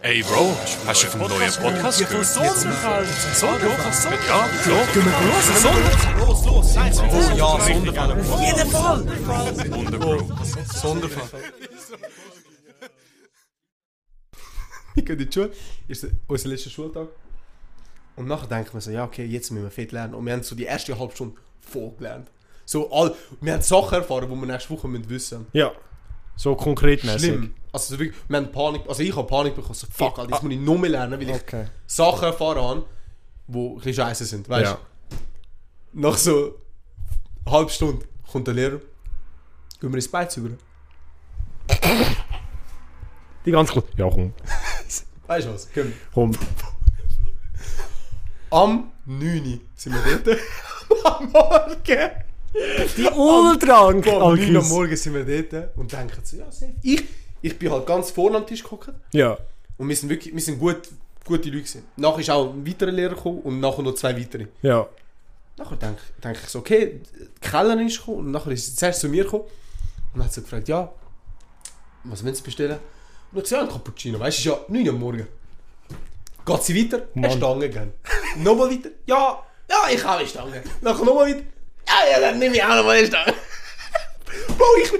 Ey, Bro, hast du vom neuen Podcast gehört? Sonne halt! Sonne, Lukas, Sonne! Ja, klar. Gehen wir los, Sonne! Los, los, nein, Oh ja, Sonderfall. Auf jeden Fall! Wunder, Bro. Sonderfall. Ich gehe in die Schule, ist unser letzter Schultag. Und nachher denken wir so, ja okay, jetzt müssen wir viel lernen. Und wir haben so die erste halbe Stunde voll gelernt. So all, wir haben Sachen erfahren, die wir nächste Woche müssen wissen Ja. So konkret müssen. mäßig. Schlimm. Also so wirklich, wir haben Panik, also ich habe Panik bekommen, so fuck, Alter, jetzt muss ich nur mehr lernen, weil ich Okay. Sachen erfahren habe, die ein bisschen scheiße sind, weißt du. Ja. Nach so einer halben Stunde kommt der Lehrer, gehen wir ins Beiz über. Die ganz kurz. Ja, komm. Weißt du was, komm. Komm. Am 9 Uhr sind wir dort. am Morgen. Die Ultrank! Komm, am 9 Uhr am Morgen sind wir dort und denken so, ja, safe. Ich, ich bin halt ganz vorne am Tisch geguckt Ja. und wir sind wirklich, wir sind gut, gute Leute gewesen. Nachher ist auch ein weiterer Lehrer gekommen und nachher noch zwei weitere. Ja. Nachher denke denk ich so, okay, die Kellnerin ist gekommen und nachher ist sie zuerst zu mir gekommen und hat so gefragt, ja, was willst du bestellen? Und ich so, ja, ein Cappuccino, weißt du, ist ja 9 Uhr am Morgen. Geht sie weiter? Eine Mann. Stange gern. nochmal weiter? Ja, ja, ich habe eine Stange. Nachher nochmal weiter? Ja, ja, dann nehme ich auch nochmal eine Stange. Bro, ich,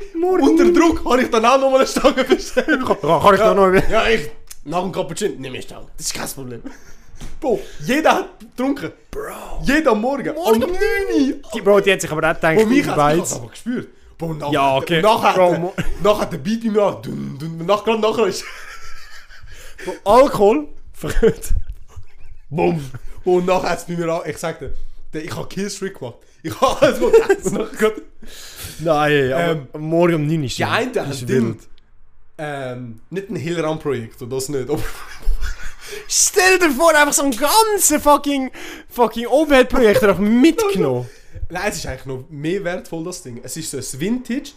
unter Druck habe ich dann auch nochmal eine Stange bestellt. Kann ich da noch Ja, ja, ich, nach dem Cappuccino nehme ich Stange. Das ist kein Problem. Bro, jeder hat getrunken. Bro. Jeder Morgen. Morgen um 9 Uhr. Die, Bro, die hat sich aber auch gedacht, Und mich die hat Beiz. das aber gespürt. Bro, nou nachher, Ja, okay. nachher, Bro, nachher, mo- nachher der nou Beat im Jahr. Dun, dun, und nach, gerade nachher ist. Alkohol. Verrückt. Bumm. Und nachher hat es bei mir auch. Ich sagte, ich habe Killstreak gemacht. Ich habe alles gemacht. Und nachher gerade- Nein, aber Ähm, am morgen um 9 ist Die einen ist haben wild. Dus wild. Ähm, nicht ein Hillram-Projekt, und das nicht. Aber Stell dir vor, einfach so einen ganzen fucking, fucking Overhead-Projekt einfach mitgenommen. Nein, es ist eigentlich noch mehr wertvoll, das Ding. Es ist so ein Vintage.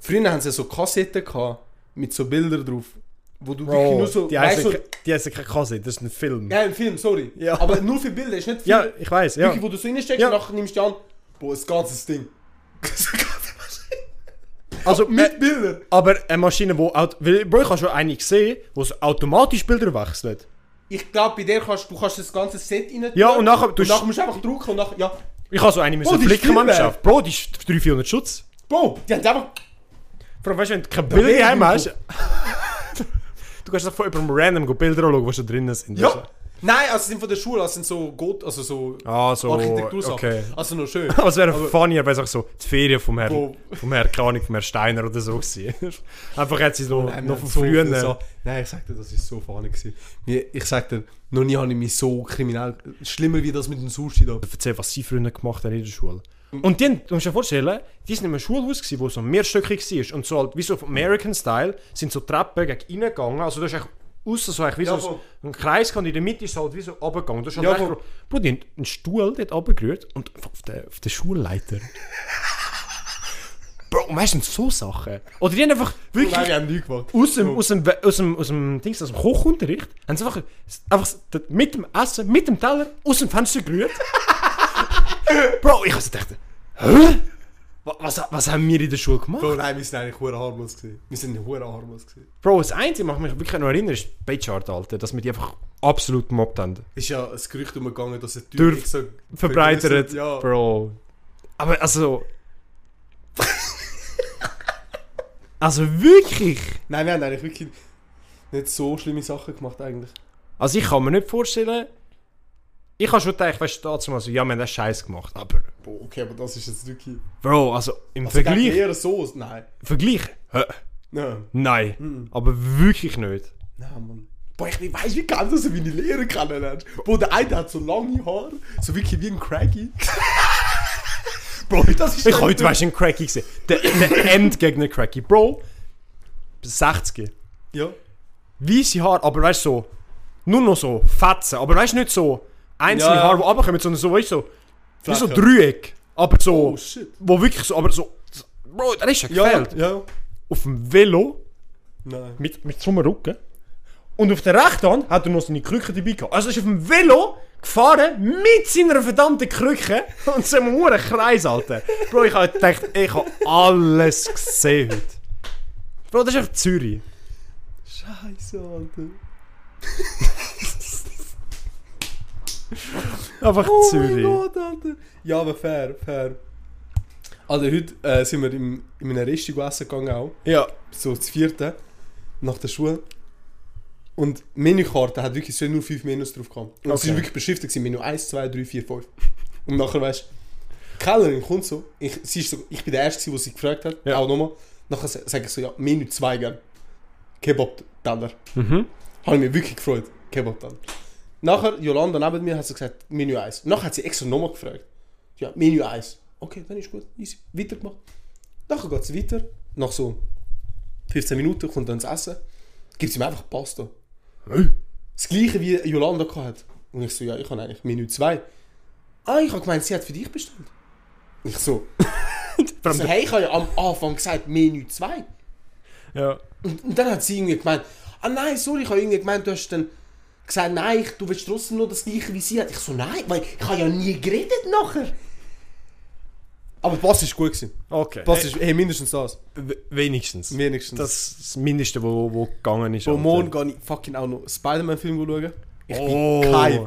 Früher haben sie so Kassetten gehabt, mit so Bildern drauf. Wo du wirklich nur so. die weißt, heißen so die heißen keine Kassette, das ist ein Film. Ja, nein, ein Film, sorry. Ja. Aber nur für Bilder, ist nicht für. ich weiß, ja. Wirklich, wo du so reinsteckst, Ja. und nachher nimmst du an. Boah, ein ganzes Ding. Ein ganzes Maschine. Also, äh, mit Bildern. aber eine Maschine, die. Weil, Bro, ich habe schon eine gesehen, wo es automatisch Bilder wechselt. Ich glaube, bei der kannst du kannst das ganze Set rein. Ja, und nachher- du Du und nachher sch- musst du einfach drucken und nachher. Ja. Ich habe so eine Oh, müssen die flicken, man Stimme. geschafft. Bro, die ist 300, 400 Schutz. Boah, die haben einfach. Vor allem, weißt du, wenn du keine Bilder wäre daheim ich hast. du kannst doch von jemandem random go Bilder anschauen, die schon drinnen sind. Ja. Nein, also sie sind von der Schule, also sind so gut, also so Ah, so, Architektursachen. okay. Also noch schön. Aber es wäre funnier, wenn es auch so die Ferien vom Herrn, Bro. vom Herrn, keine Ahnung, vom Herrn Steiner oder so gewesen ist. Einfach jetzt ist noch, Nein, wir noch haben von so viel früher. Sa- Nein, ich sag dir, das ist so vorne gewesen. Mir- Ich sag dir, noch nie habe ich mich so kriminell. Schlimmer wie das mit dem Sushi da. erzählen, was sie früher gemacht haben in der Schule. Und die, haben- du musst dir vorstellen, die sind in einem Schulhaus, gewesen, wo so mehrstöckig war. Und so halt, wie so auf American Style, sind so Treppen gegen innen gegangen. Also, du hast echt außen so, echt wie Ja, so voll. ein, ein Kreis gehabt, und in der Mitte ist es halt wie so runtergegangen. Das ist halt Ja, echt, voll. gro- Bro, die haben einen Stuhl dort runtergerührt und einfach auf den, auf den Schulleiter. Bro, und weißt du, so Sachen. Oder die haben einfach wirklich Nein, wir haben nichts gemacht. aus dem, aus dem, aus dem, aus dem, Dings, aus dem Kochunterricht, haben sie einfach, einfach mit dem Essen, mit dem Teller aus dem Fenster gerührt. Bro, ich habe so gedacht, hä? Wa- Was, was haben wir in der Schule Bro, gemacht? nein, wir sind eigentlich hure harmlos gewesen. Wir sind hure harmlos gewesen. Bro, das Einzige, was ich mich wirklich noch erinnere, ist die Baychart, Alter, dass wir die einfach absolut gemobbt haben. Ist ja das Gerücht umgegangen, dass der Dürf- Typ so Verbreitert, Ja. Bro. Aber also... also wirklich... Nein, wir haben eigentlich wirklich nicht so schlimme Sachen gemacht eigentlich. Also ich kann mir nicht vorstellen... Ich habe schon gedacht, weißt du, dazu mal so, ja, wir haben das Scheiß gemacht, aber... Boah, okay, aber das ist jetzt wirklich. Bro, also im Also denke Vergleich. eher so, nein. Vergleich? Hä? Nein. Nein. Aber wirklich nicht. Nein, Mann. Boah, ich weiss, wie kann das, wie meine Lehrer kennenlernst? Boah, der eine hat so lange Haare, so wirklich wie ein Craggy. Bro, das ist Ich habe heute weißt, du, einen Cracky gesehen. Der, der Endgegner Cracky. Bro, 60. Ja. Weiße Haare, aber weißt du, so. Nur noch so Fetzen. Aber weißt du, nicht so einzelne Ja, ja. Haare, die runterkommen, sondern so, weißt du, so. Wie so Flecken. Dreieck. Aber so. Oh, shit. wo wirklich so. Aber so. Bro, der ist ja Ja, gefällt. ja. Auf dem Velo. Nein. mit, mit so einem Rücken. Und auf der rechten Hand hat er noch seine Krücke dabei gehabt. Also er ist auf dem Velo gefahren mit seiner verdammten Krücke und so einem hohen Kreis, Alter. Bro, ich habe gedacht, ich habe alles gesehen heute. Bro, das ist echt Zürich. Scheiße, Alter. Einfach Oh mein Zürich. Gott, Alter. Ja, aber fair, fair. Alter, heute äh, sind wir im, in einer Richtung essen gegangen auch. Ja. so das vierte, nach der Schule. Und Menükarte hat wirklich so nur 5 Menüs drauf gehabt. Und es Okay. war wirklich beschriftet, gewesen, Menü 1, 2, 3, 4, 5. Und nachher weißt du, Kellerin kommt so, ich, sie ist so, ich bin der Erste, gewesen, der sie gefragt hat, Ja. auch nochmal. Nachher sa- sage ich so, ja, Menü 2 gern. Kebab-Teller. Mhm. Habe ich mich wirklich gefreut, Kebab-Teller. Nachher, Jolanda neben mir, hat sie gesagt, Menü 1. Nachher hat sie extra nochmal gefragt. Ja, Menü 1. Okay, dann ist gut, easy. Weitergemacht. Nachher geht es weiter. Nach so 15 Minuten kommt dann das Essen. Gibt ihm einfach Pasta. Das gleiche wie Jolanda gehabt hat. Und ich so, ja, ich habe eigentlich Menü 2. Ah, ich habe gemeint, sie hat für dich bestellt. Ich so, Vor allem so hey, ich habe ja am Anfang gesagt Menü 2. Ja. Und, und dann hat sie irgendwie gemeint, ah nein, sorry, ich habe irgendwie gemeint, du hast dann gesagt, nein, ich, du willst trotzdem nur das gleiche wie sie hat. Ich so, nein, weil ich habe ja nie geredet nachher. Aber Pass ist gut gewesen. Okay. Pass ist, hey, mindestens das. We- wenigstens. Wenigstens. äh, Das ist das Mindeste, wo, wo gegangen ist. Pro Alter. Morgen gehe ich fucking auch noch Spider-Man-Film schauen. Ich Oh. bin kein.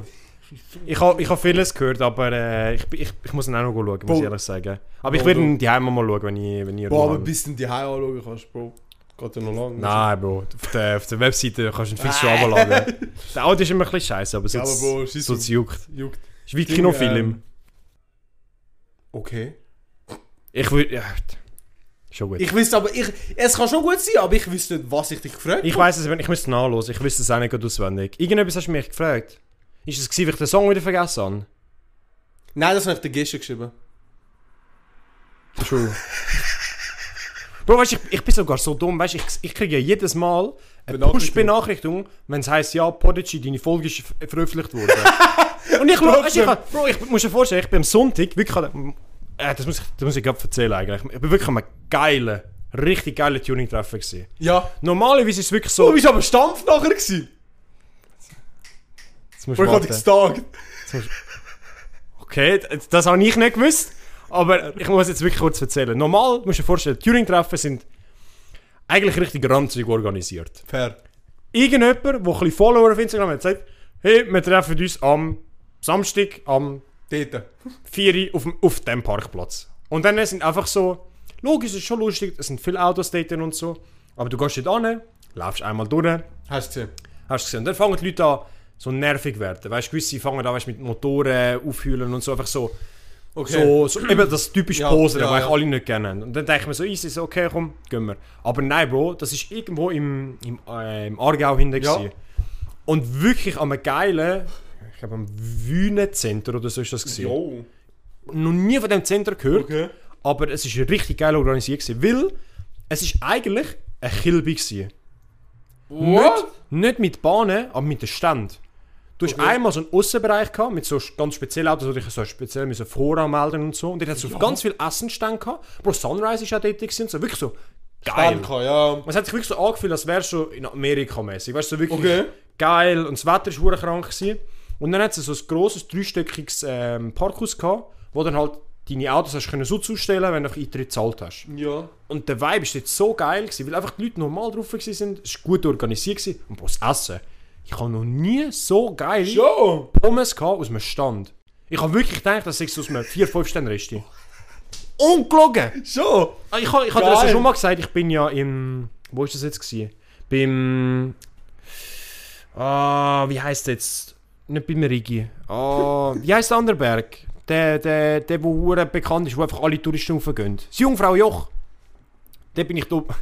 Ich habe ich hab vieles gehört, aber äh, ich, bin- ich, ich muss ihn auch noch schauen, muss ich Bro. ehrlich sagen. Aber ich Bro, werde du- ihn die Heim mal schauen, wenn ich, wenn ich Ruhe Boah, aber habe. bis du die High anschauen kannst, Bro. Geht ja noch lange. Nein, Bro. Auf der, auf der Webseite kannst du ihn fix schon runterladen. Der Audio ist immer ein bisschen scheiße, aber Ja, sonst, aber Bro, scheiss sonst auf. juckt. Juckt. Ist wie Ding, Kinofilm. ähm, Okay. ich würde... Ja, schon gut. Ich, Ich wüsste aber, ich, es kann schon gut sein, aber ich wüsste nicht, was ich dich gefragt habe. weiss es, wenn ich müsste nachlesen. Ich wüsste es auch nicht gerade auswendig. Irgendetwas hast du mich gefragt. Ist es gewesen, weil ich den Song wieder vergessen habe? Nein, das habe ich dir gestern geschrieben. True. Bro, weißt du, ich, ich bin sogar so dumm, weißt du, ich, ich kriege ja jedes Mal eine Push-Benachrichtigung, wenn es heisst, ja, Podigy, deine Folge ist ver- veröffentlicht worden. Und ich, schau, weißt, du, ich, hab- Bro, ich muss dir vorstellen, ich bin am Sonntag wirklich an, äh, das muss ich, das muss ich gerade erzählen eigentlich, ich bin wirklich an einem geilen, richtig geilen Tuning-Treffen gewesen. Ja. Normalerweise ist es wirklich Du so, bist aber stampf nachher gewesen. jetzt musst Bro, du ich habe dich warten. gestalkt. Okay, das, das habe ich nicht gewusst. Aber ich muss jetzt wirklich kurz erzählen. Normal, musst du dir vorstellen, Turing-Treffen sind eigentlich richtig ranzig organisiert. Fair. Irgendjemand, der ein bisschen Follower auf Instagram hat, sagt, hey, wir treffen uns am Samstag, am Dort. 4 Uhr auf, dem- auf dem Parkplatz. Und dann sind einfach so, logisch, es ist schon lustig, es sind viele Autos dort und so. Aber du gehst dort hin, läufst einmal durch, Hast du gesehen? Hast du gesehen? Und dann fangen die Leute an, so nervig werden. Weißt du, gewisse fangen an, weißt, mit Motoren aufhüllen und so, einfach so, so, so eben das typische Ja, Poser, ja, das ich ja. alle nicht gerne haben. Und dann denke ich mir so, easy, so, okay, komm, gehen wir. Aber nein, Bro, das ist irgendwo im, im, äh, im Aargau hinten. Ja. gewesen. Und wirklich am geilen, ich glaube am Wühnenzentrum oder so ist das gewesen. Jo. Noch nie von dem Zentrum gehört Okay. aber es ist richtig geil organisiert gewesen, weil es ist eigentlich ein Kilby gewesen. Nicht, nicht mit Bahnen, aber mit den Ständen. Du hast einmal so einen Aussenbereich gehabt, mit so ganz speziellen Autos, wo du dich so speziell müssen voranmelden und so. Und dort hat es so ganz viel Essenstände gehabt. Bro, Sunrise ist auch dort gewesen, und so wirklich so geil. Danke, ja. Und Es hat sich wirklich so angefühlt, als wärst du in Amerika mäßig. Weißt du, so wirklich Okay. geil und das Wetter war hure krank. Gewesen. Und dann hat es so ein grosses, dreistöckiges ähm, Parkhaus gehabt, wo dann halt deine Autos hast können so zustellen, wenn du einfach Eintritt gezahlt hast. Ja. Und der Vibe ist jetzt so geil, gewesen, weil einfach die Leute normal drauf waren, es war gut organisiert gewesen. und bloß Essen. Ich habe noch nie so geile Jo. Pommes gehabt aus einem Stand. Ich habe wirklich gedacht, das sei so aus einem 4-5-Stern-Resti. Ungelogen! Schon. Ah, Ich habe ich hab dir das ja Geil. schon mal gesagt, ich bin ja im. Wo ist das jetzt? Gewesen? Beim. Ah, wie heißt jetzt? Nicht beim Rigi. Ah, wie heißt der andere Berg? Der, der, der, der hure bekannt ist, wo einfach alle Touristen raufgehen. Das Jungfrau Joch. Da bin ich da.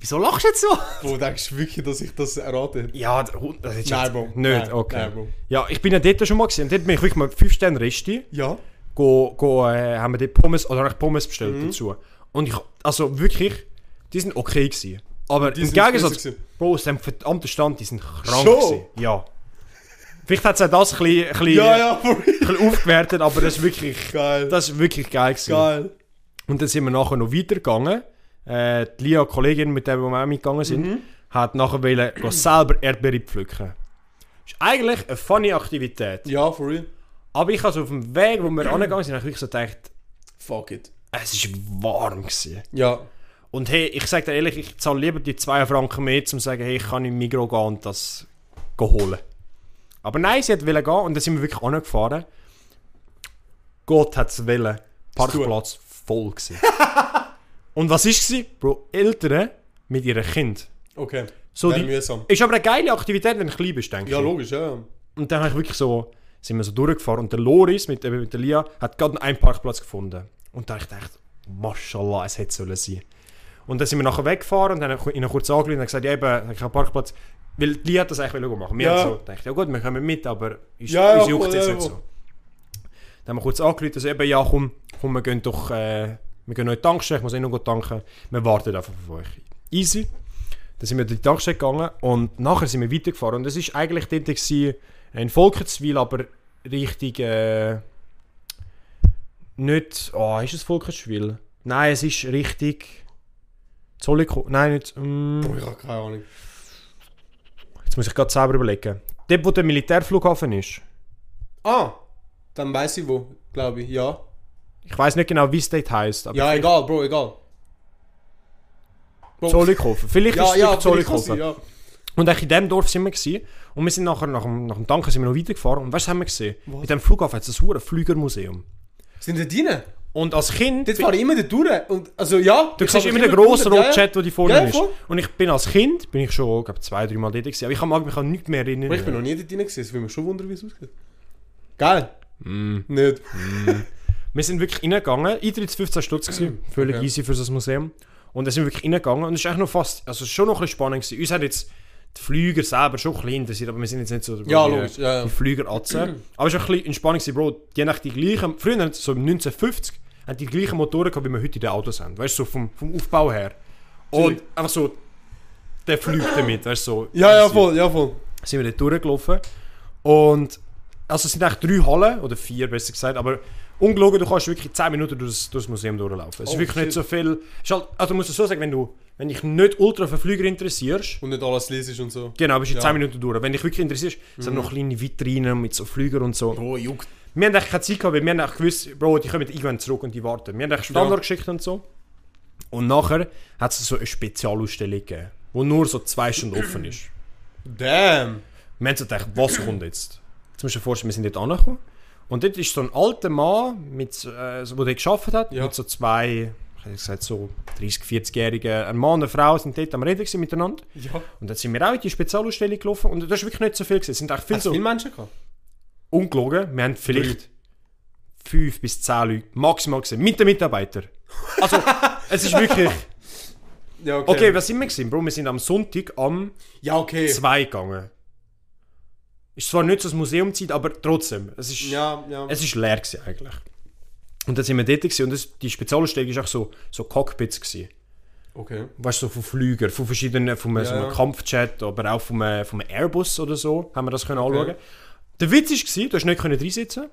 Wieso lachst du jetzt so? Bro, denkst du wirklich, dass ich das erraten hätte? Ja, der Hund- das ist Nein, jetzt- Bro. Nicht, Nein, okay. nein, Bro. Ja, ich bin ja dort schon mal gesehen. Dort bin ich wirklich mal 5 Sterne Resti Ja. go, go, äh, haben wir dort Pommes oder habe ich Pommes bestellt Mhm. dazu. Und ich, also wirklich, die sind okay gewesen. Aber Die im sind besser Gegensatz, gewesen. Bro, aus dem verdammten Stand, die sind krank Schon? gewesen. Ja. Vielleicht hat es auch das ein bisschen, ein bisschen, Ja, ja, for real. ein bisschen aufgewertet, aber das ist wirklich, Geil. das ist wirklich geil gewesen. Geil. Und dann sind wir nachher noch weitergegangen. Äh, die Lia, Kollegin, mit der wir auch mitgegangen sind, hat nachher wollen, gehen selber Erdbeere pflücken. Ist eigentlich eine funny Aktivität. Ja, for real. Aber ich habe so auf dem Weg, wo wir angegangen sind, habe ich wirklich so gedacht, Fuck it. Es war warm. Gewesen. Ja. Und hey, ich sage dir ehrlich, ich zahle lieber die 2 Franken mehr, um zu sagen, hey, ich kann in Migro gehen und das holen. Aber nein, sie hat wollen gehen und dann sind wir wirklich angefahren. Gott hat es wollen. Parkplatz voll gewesen. und was ist es? Bro, Eltern mit ihren Kind. Okay. So Wäre die- mühsam. Ist aber eine geile Aktivität, wenn du klein bist, denke ich. Ja, logisch, ja. Und dann habe ich wirklich so, sind wir so durchgefahren und der Loris mit, eben mit der Lia hat gerade einen Parkplatz gefunden. Und da habe ich gedacht, Maschallah, es hätte sollen sein. Und dann sind wir nachher weggefahren und dann habe ich ihn kurz angelegt und habe gesagt, ja eben, habe ich habe einen Parkplatz. Weil die Lia hat das eigentlich wollen machen. Wir Ja. haben so gedacht, ja gut, wir kommen mit, aber ist, Ja, ja, uns juckt voll, es jetzt ja, nicht voll. so. Dann haben wir kurz angelegt, also eben, ja komm, komm wir gehen doch, äh, wir gehen noch in die Tankstelle, ich muss eh noch gut tanken. Wir warten einfach auf euch. Easy. Dann sind wir durch die Tankstelle gegangen und nachher sind wir weitergefahren. Und es ist eigentlich dort gewesen, in Volkenswil, aber richtig. Äh, nicht. Oh, ist es Volkenswil? Nein, es ist richtig. Zolliko. Nein, nicht. Mm, Ich habe keine Ahnung. jetzt muss ich gerade selber überlegen. Dort, wo der Militärflughafen ist. Ah, dann weiß ich wo, glaube ich. Ja. Ich weiß nicht genau, wie es dort heisst. Aber Ja, egal, Bro, egal. Bro. Zollikofen. Vielleicht ist Ja, es ja, ja, Zollikofen. Zollikofen. Ja. Und eigentlich in diesem Dorf sind wir gewesen. Und wir sind nachher nach dem, nach dem Tanken sind wir noch weitergefahren. Und weißt du, was haben wir gesehen? Mit dem Flughafen hat es ein verdammtes Flügermuseum. Sind die deine? Und als Kind. Dort fahre ich immer da durch. Und, also ja. Du ich siehst hab immer mich den grossen gewundert, ja, ja. Rotchat, der die vorne Ja, ja, ist. voll. Und ich bin als Kind, bin ich schon glaub, zwei, drei Mal dort gewesen, aber ich kann mag mich an nichts mehr erinnern. Aber ich bin noch nie dort drin gewesen. Das würde mich schon wundern, wie es aussieht. Geil. Nicht. Mm. Wir sind wirklich reingegangen, Eintritt 15 Stutz gewesen, völlig Okay. easy für so ein Museum. Und dann sind wir wirklich reingegangen und es ist eigentlich noch fast, also es ist schon noch ein bisschen spannend gewesen. Uns hat jetzt die Flüger selber schon ein bisschen interessiert, aber wir sind jetzt nicht so äh, Ja, die, logisch, ja, ja. die Flügeratzen. aber es war ein bisschen entspannend gewesen, Bro. Die haben echt die gleichen, früher, haben sie so 1950, haben die gleichen Motoren gehabt, wie wir heute in den Autos haben. Weißt du, so vom, vom Aufbau her. Und einfach so, der fliegt damit, weißt du, so. Ja, ja, easy voll, ja, voll. sind wir dort durchgelaufen. Und also es sind eigentlich drei Hallen, oder vier besser gesagt, aber ungelogen, du kannst wirklich 10 Minuten durch das, durch das Museum durchlaufen. Es ist Oh, wirklich nicht shit. so viel. Ist halt, also du musst es so sagen, wenn du wenn dich nicht ultra für Flüger interessierst, Und nicht alles lesest und so. genau, bist du in Ja. Mhm. 10 Minuten durch. Wenn dich wirklich interessierst, sind noch kleine Vitrinen mit so Flügern und so. Bro, juckt. Wir haben eigentlich keine Zeit gehabt, weil wir haben eigentlich gewusst, Bro, die kommen irgendwann zurück und die warten. Wir haben eigentlich Standard Ja. geschickt und so. Und nachher hat es so eine Spezialausstellung gegeben, wo nur so zwei Stunden offen ist. Damn. Wir haben so gedacht, was kommt jetzt? Jetzt musst du dir vorstellen, wir sind dort angekommen. Und dort ist so ein alter Mann, mit, so- äh, so- wo der geschafft hat, Ja. mit so zwei, ich hätte gesagt, so 30, 40-Jährigen, ein Mann und eine Frau sind dort am Reden gewesen miteinander. Ja. Und dann sind wir auch in die Spezialausstellung gelaufen und da ist wirklich nicht so viel gewesen. Es sind echt viel Hast du so viele Menschen gehabt? ungelogen. Wir haben vielleicht fünf bis zehn Leute maximal gesehen, mit den Mitarbeitern. Also, es ist wirklich. Ja, okay. Okay, was sind wir gewesen, Bro? Wir sind am Sonntag am ja, okay. zwei gegangen. Ist zwar nicht so das Museumzeit, aber trotzdem. Es ist, Ja, ja. es ist leer gewesen eigentlich. Und dann sind wir dort gewesen und das, die Spezialausstellung war auch so, so Cockpits. Gewesen. Okay. Weißt du, so von Flügern, von verschiedenen, von einem, so einem ja. Kampfjet, aber auch von einem, von einem Airbus oder so, haben wir das können anschauen. Der Witz war, du hast nicht können reinsitzen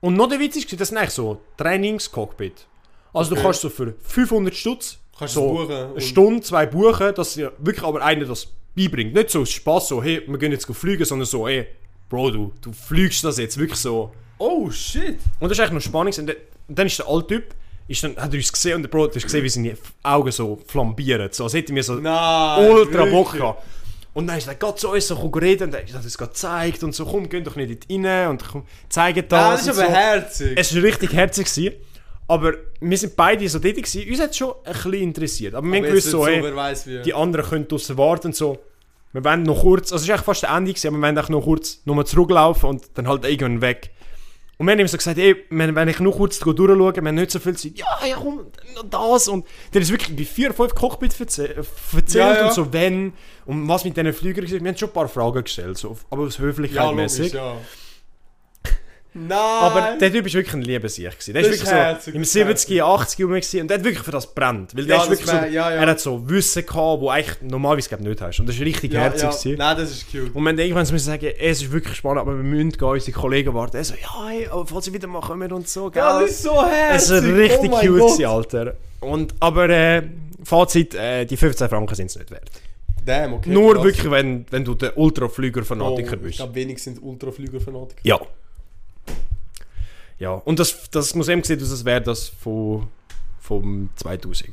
Und noch der Witz war, das ist eigentlich so Trainingscockpit. Also du kannst so für 500 Stutz Kannst so du buchen eine und- Stunde, zwei buchen, dass dir wirklich aber einer das beibringt. Nicht so aus Spass, so hey, wir gehen jetzt fliegen, sondern so hey, Bro, du, du fliegst das jetzt wirklich so. Oh, shit. Und das ist eigentlich noch spannend. gewesen. Und dann- Und dann ist der alte Typ, ist dann, hat er uns gesehen und der Bro, du hast gesehen, wie seine F- Augen so flambieren. So, als hätte mir so Nein. ultra wirklich. Bock gehabt. Und dann ist er gerade zu uns so gekommen reden und dann hat er uns gerade gezeigt und so, komm, geh doch nicht dort rein und komm, zeig das. Ah, das ist und aber so. herzig. Es war richtig herzig. Gewesen. Aber wir sind beide so dort gewesen. Uns hat es schon ein bisschen interessiert. Aber wir haben Aber jetzt gewusst so, wird's hey, wer weiß wie. die anderen können draussen warten und so. Wir wollen noch kurz, also es war eigentlich fast das Ende, gewesen, aber wir wollen eigentlich noch kurz nochmal zurücklaufen und dann halt irgendwann weg. Und wir haben ihm so gesagt, ey, wenn, wenn ich nur kurz durchschaue, wir haben nicht so viel Zeit. Ja, ja, komm, noch das. Und der ist wirklich bei vier, fünf Cockpit verze- äh, erzählt Ja, ja. und so, wenn und was mit diesen Flügern war. Wir haben schon ein paar Fragen gestellt, so, aber aus Höflichkeit ja, mäßig. logisch, ja. Nein. Aber der Typ war wirklich ein Liebensieg. gewesen. Der Das war ist wirklich so herzig, im das ist 70er, 80er rum gewesen und der hat wirklich für das brennt. Weil der ist Ja, das wirklich so, wär- ja, ja. Er hat so Wissen gehabt, wo eigentlich normalerweise glaub, nicht hast. Und das war richtig ja, herzig. ja. gewesen. Nein, das ist cute. Und wir haben irgendwann müssen sagen, ey, es ist wirklich spannend, aber wir müssen gehen, unsere Kollegen warten. Er so, ja, hey, aber falls sie wieder mal kommen und so, gell? Ja, das ist so es herzig. war richtig oh mein cute, Gott. gewesen, Alter. Und, aber äh, Fazit, äh, die 15 Franken sind es nicht wert. Damn, okay. Nur krass. wirklich, wenn, wenn du der Ultraflüger-Fanatiker Oh, Ich bist. glaube, wenig sind Ultraflüger-Fanatiker. Ja. Ja, und das, das Museum sieht aus, als wäre das von, vom 2000.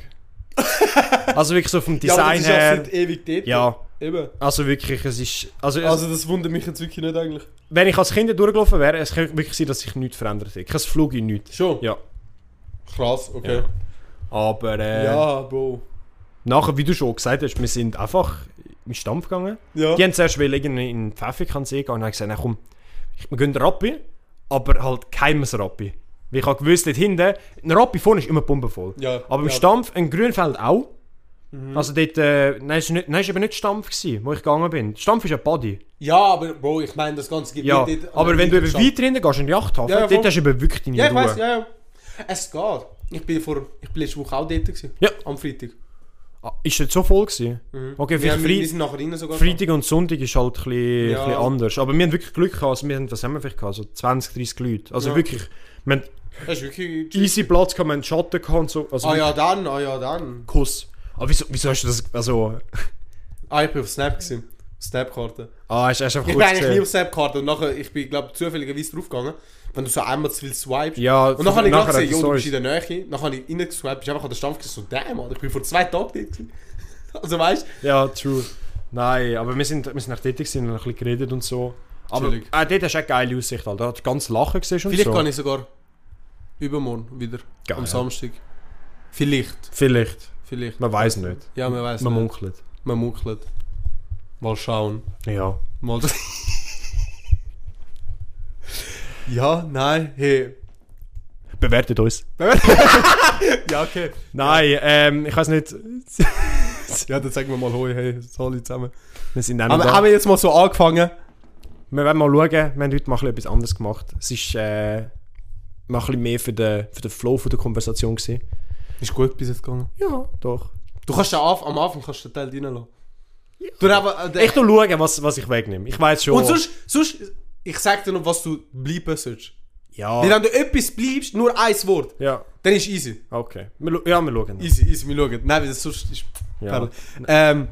also wirklich so vom Ja, aber Design das ist ja her. seit ewig dort. Ja, Eben. Also wirklich, es ist. Also, es- Also das wundert mich jetzt wirklich nicht eigentlich. wenn ich als Kind durchgelaufen wäre, es könnte wirklich sein, dass sich nichts verändert hätte. Kein Flug in nichts. Schon? Ja. Krass, okay. Aber Ja, äh, Bro. nachher, wie du schon gesagt hast, wir sind einfach im Stampf gegangen. Ja. Die haben zuerst wollen irgendwie in den Pfäffikensee gehen und haben gesagt, nein, komm, ich- wir gehen Rappi, aber halt keimes Rappi. Weil ich habe gewusst, dort hinten, ein Rappi vorne ist immer pumpenvoll. Ja, aber im ja. Mhm. Stampf, ein Grünfeld auch. Also dort, äh, nein, es war nicht- nein, es war eben nicht Stampf, gewesen, wo ich gegangen bin. Stampf ist ein Body. Ja, aber Bro, ich meine das ganze Gebiet. Ja, dort an aber der wenn du eben Wildstadt- weiter hinten gehst, in die Yachthafen, Ja, ja, dort voll. hast du eben wirklich deine Ja, ich Ruhe. weiß, ja, ja. Es geht. Ich bin vor, ich bin letzte Woche auch dort gewesen. Ja. Am Freitag. Mhm. Ah, Ist das so voll gewesen? Okay, Wir, vielleicht haben, wir Freitag. sind nachher rein sogar. Freitag und Sonntag ist halt ein bisschen, Ja. ein bisschen anders. Aber wir haben wirklich Glück gehabt. Also wir haben, was haben wir vielleicht gehabt? So 20, 30 Leute. Also Ja. wirklich, wir haben gegangen. Das ist wirklich... easy Platz gehabt, wir haben Schatten gehabt und so. Also Ah wirklich ja, dann, ah ja, dann. Kuss. Aber wieso, wieso hast du das, also... Ah, ich bin auf Snap gewesen. Auf Snap-Karte. Ah, hast, hast einfach Ich bin kurz eigentlich nie gesehen. auf Snap-Karte und nachher, ich bin, glaube zufälligerweise draufgegangen, wenn du so einmal zu viel swipest. Ja, Und dann habe ich gerade nachher gesehen, hat jo, du er bist in der Nähe. Dann habe ich reingeswiped, bist einfach an der Stampf gewesen, so, damn, Alter, ich bin vor zwei Tagen dort gewesen. Also weißt du, Ja, true. Nein, aber wir sind, wir sind nach dort gewesen und haben ein bisschen geredet und so. Aber Chillig. äh, dort hast du auch geile Aussicht, Alter. Da hast du ganz Lachen gesehen und vielleicht so. kann ich sogar übermorgen wieder. Geil, am ja. Samstag. Vielleicht, Vielleicht. vielleicht. Man weiß nicht. Ja, man weiß Man nicht. munkelt. Man munkelt. Mal schauen. Ja. Mal. ja, nein, hey. Bewertet uns. Ja, okay. Nein, ähm, ich weiß nicht. Ja, dann sagen wir mal hoi, hey, sorry zusammen. Wir sind auch noch Aber da. haben wir jetzt mal so angefangen? Wir werden mal schauen, wir haben heute mal ein bisschen etwas anderes gemacht. Es ist äh, mal ein bisschen mehr für den, für den Flow von der Konversation. Gewesen. Ist gut bis jetzt gegangen. Ja, doch. Du kannst ja am Anfang kannst du den Teil reinlassen. Du, aber, äh, der- Ich tu schauen, was, was ich wegnehme. Ich weiß schon. Und sonst, sonst, ich sag dir noch, was du bleiben sollst. Ja. Weil Wenn du etwas bleibst, nur ein Wort, Ja, dann ist easy. okay. Wir, scha- ja, wir schauen. dann. Easy, easy, wir schauen. Nein, weil das sonst ist... Ja. Ähm,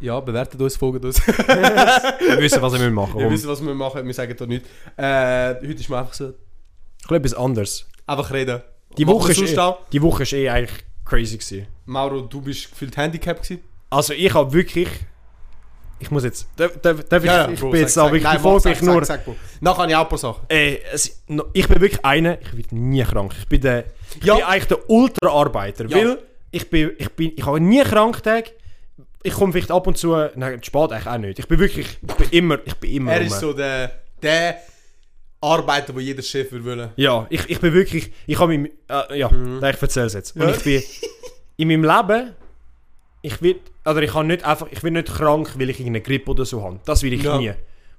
ja, bewertet uns, folgt uns. Wir wissen, was wir machen Wir müssen. wissen, was wir machen, wir sagen da nichts. Äh, heute ist mir einfach so, bisschen etwas anderes. einfach reden. Die Machen Woche, wir ist sonst eh, auch. die Woche ist eh eigentlich crazy. Gewesen. Mauro, du bist gefühlt Handicap gewesen. Also, ich habe wirklich. Ich muss jetzt. Darf, darf, darf ich, ich bin jetzt auch wirklich voll, voll, ich nur. Nachher habe ich auch ein paar Sachen. Ey, es, Eh, no- ich bin wirklich einer, ich werde nie krank. Ich bin, der, ich Ja. bin eigentlich der Ultraarbeiter, Ja. weil ich bin, ich bin, ich habe nie Kranktag. Ich komme vielleicht ab und zu, nein, spät eigentlich auch nicht. Ich bin wirklich, ich bin immer, ich bin immer. Er ist rum. so der, der Arbeiter, den jeder Chef würde wollen. Ja, ich, ich bin wirklich, ich habe im, äh, ja, nein, ich erzähle es jetzt. Und ich bin in meinem Leben, ich will, oder ich kann nicht einfach, ich bin nicht krank, weil ich irgendeine Grippe oder so habe. Das will ich Ja. nie.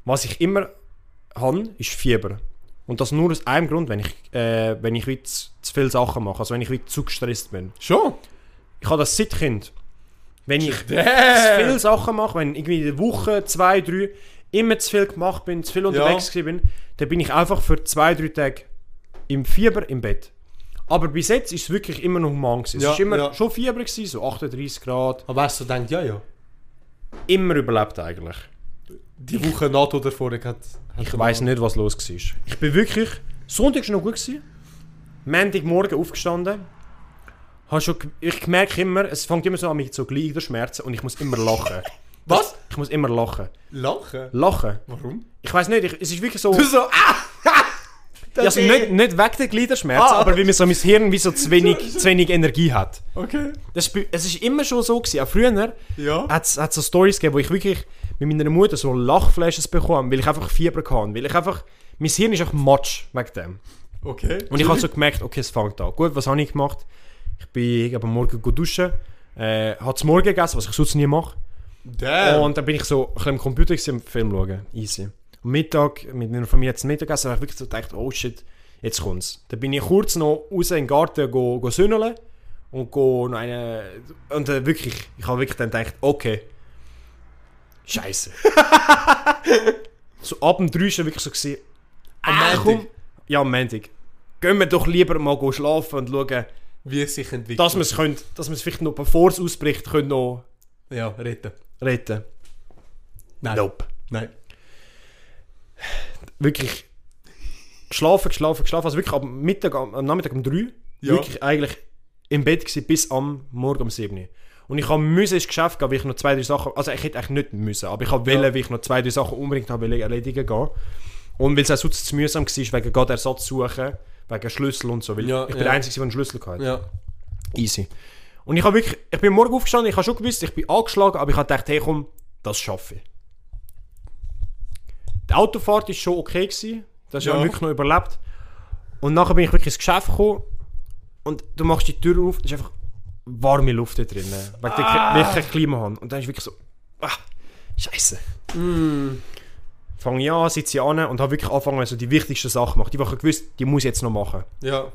Was ich immer habe, ist Fieber. Und das nur aus einem Grund, wenn ich, äh, wenn ich wie zu, zu viele Sachen mache, also wenn ich wie zu gestresst bin. Schon? Ich habe das seit Kind. Wenn ich zu Damn. viele Sachen mache, wenn irgendwie in der Woche, zwei, drei, immer zu viel gemacht bin, zu viel unterwegs ja. bin, dann bin ich einfach für zwei, drei Tage im Fieber im Bett. Aber bis jetzt ist es wirklich immer noch human. gewesen. Es Ja, war immer ja. schon Fieber, gewesen, so 38 Grad. Aber weißt du, denkt, ja, ja. Immer überlebt eigentlich. Die Woche NATO davor hat. hat Ich weiß nicht, was los war. Ich bin wirklich. Sonntag war noch gut. gewesen. Montagmorgen aufgestanden. Hab schon, ge- ich merke immer, es fängt immer so an mit so gleich der Schmerzen und ich muss immer lachen. Was? Ich muss immer lachen. Lachen? Lachen. Warum? Ich weiß nicht, ich, es ist wirklich so. Du so, ah! Ja, also nicht, nicht wegen der Gliederschmerzen, Ah. aber weil mir so mein Hirn wie so zu wenig, zu wenig Energie hat. Okay. Das, ist bei- es ist immer schon so gewesen. Auch früher Ja. hat es so Stories gegeben, wo ich wirklich mit meiner Mutter so Lachflashes bekam, weil ich einfach Fieber hatte. Weil ich einfach. Mein Hirn ist einfach matsch wegen dem. Okay. Und ich habe so gemerkt, okay, es fängt an. Gut, was habe ich gemacht? Ich bin am Morgen gut duschen, äh, habe zum Morgen gegessen, was ich sonst nie mache. Damn. Und dann bin ich so ein bisschen am Computer gewesen, am Film schauen. Easy. Am Mittag, mit meiner Familie zum Mittagessen, habe ich wirklich so gedacht, oh shit, jetzt kommt's. Dann bin ich kurz noch raus in den Garten go, go sünneln und go noch eine... Und dann wirklich, ich habe wirklich dann gedacht, okay, scheiße. so ab dem 3 war wirklich so, gewesen, Am ah, Montag? komm, ja, am Montag. Gehen wir doch lieber mal go schlafen und schauen, Wie es sich entwickelt. dass wir es können- dass wir es vielleicht noch, bevor es ausbricht, können noch Ja, retten. retten. Nein. Nope. Nein. wirklich geschlafen, geschlafen, geschlafen. Also wirklich am Mittag, am am Nachmittag um 3 Ja. wirklich eigentlich im Bett gewesen bis am Morgen um 7 Uhr. Und ich musste ins Geschäft gehen, weil ich noch zwei, drei Sachen... Also ich hätte eigentlich nicht müssen, aber ich wollte, ja. weil ich noch zwei, drei Sachen unbedingt habe wollen erledigen gehen. Und weil es auch sonst zu mühsam war, wegen gerade Ersatz suchen, wegen Schlüssel und so. Weil Ja, ich bin ja. der Einzige, der einen Schlüssel hatte. Ja. Easy. Und ich habe wirklich... Ich bin morgen aufgestanden, ich habe schon gewusst, ich bin angeschlagen, aber ich habe gedacht, hey komm, das schaffe ich. Die Autofahrt war schon okay. Gewesen. Das ist ja. Ja. wirklich noch überlebt. Und nachher bin ich wirklich ins Geschäft gekommen und du machst die Tür auf, es ist einfach warme Luft da drin. Weil ich ah. kein Klima habe. Und dann ist wirklich so, ah, scheiße. Mm, Fange ich an, sitze ich an und habe wirklich angefangen, also die wichtigsten Sachen gemacht. Die, die ich gewusst die muss ich jetzt noch machen. Ja.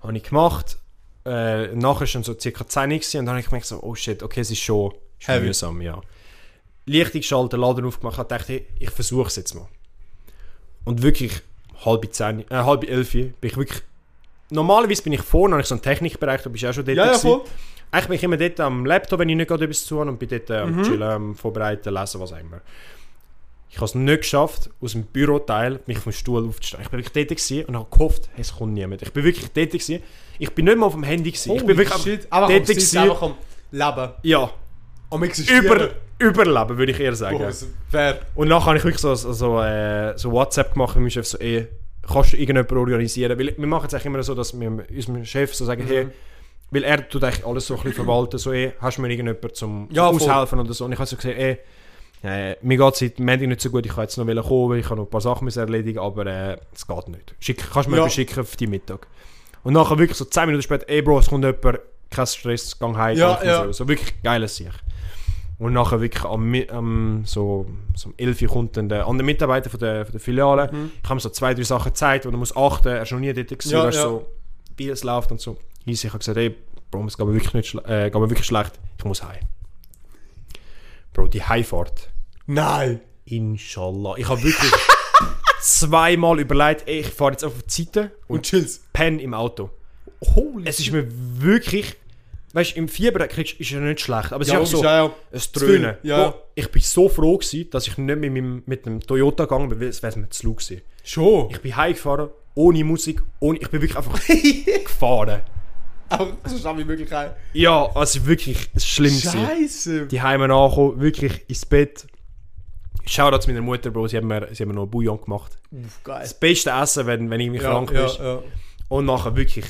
Habe ich gemacht. Äh, nachher schon so circa 10 Uhr gewesen und dann habe ich gemerkt, so, oh shit, okay, es ist schon, schon Heavy. mühsam, ja. Licht eingeschaltet, Laden aufgemacht, habe gedacht, hey, ich versuche es jetzt mal. Und wirklich, halb 10, äh, halb 11 bin ich wirklich, normalerweise bin ich vorne, habe ich so einen Technikbereich, da bist du auch schon dort Ja, ja, gewesen. voll. Eigentlich bin ich immer dort am Laptop, wenn ich nicht gerade etwas zu habe und bin dort äh, am Mhm. chillen, am vorbereiten, lesen, was auch immer. Ich habe es nicht geschafft, aus dem Büroteil mich vom Stuhl aufzustehen. Ich bin wirklich dort gewesen und habe gehofft, hey, es kommt niemand. Ich bin wirklich dort gewesen. Ich bin nicht mal auf Oh, dem Handy gewesen. ich bin Holy wirklich am- shit. Aber dort komm, sie gewesen. einfach am Leben. Ja, Am Existieren. über, überleben würde ich eher sagen. Oh, es- Fair. Und nachher habe ich wirklich so, so, so, äh, so WhatsApp gemacht mit meinem Chef, so, ey, kannst du irgendjemanden organisieren? Weil wir machen es eigentlich immer so, dass wir unserem Chef so sagen, Mhm. hey, weil er tut eigentlich alles so ein bisschen verwalten, so, ey, hast du mir irgendjemanden zum Ja, voll. Aushelfen oder so? Und ich habe so gesehen, ey, äh, mir geht es seit Montag nicht so gut, ich kann jetzt noch wollen kommen, weil ich habe noch ein paar Sachen müssen erledigen, aber äh, es geht nicht. Schick, kannst du mir Ja. etwas schicken für die Mittag? Und nachher wirklich so 10 Minuten später, ey Bro, es kommt jemand, kein Stress, gang heim. Ja, danke ja. So. so wirklich geiles Sieg. Und nachher wirklich am, Mi- am so, so um 11 Uhr kommt dann der andere Mitarbeiter von der, von der Filiale. Ich habe ihm so zwei, drei Sachen gezeigt und er muss achten, er ist noch nie dort gewesen, Mhm. Ja, er ist ja. so, wie es läuft und so. Easy, ich habe gesagt, ey Bro, es geht mir wirklich, nicht schle- äh, geht mir wirklich schlecht, ich muss heim. Bro, die Heimfahrt. Nein. Inshallah. Ich habe wirklich zweimal überlegt, ey, ich fahre jetzt auf die Seite Und und chills. penne im Auto. Holy Es ist mir wirklich. Weißt du, im Fieber kriegst, ist ja nicht schlecht, aber es Ja, ist logisch, einfach so ja, ja. ein Dröhnen. Zu viel, ja. Oh, ich bin so froh, gewesen, dass ich nicht mit, meinem, mit dem Toyota gegangen bin, weil es wäre mir zu laut gewesen. Schon. Ich bin heimgefahren, ohne Musik, ohne, ich bin wirklich einfach gefahren. Aber so schnell wie möglich rein. Ja, also wirklich, es war schlimm. gewesen. Scheiße. die Heime angekommen, wirklich ins Bett. Shoutouts meiner Mutter, Bro, sie haben mir, sie haben mir noch Bouillon gemacht. Uff, Geil. Das beste Essen, wenn, wenn irgendwie Ja, krank ja, bist. ja. Und nachher wirklich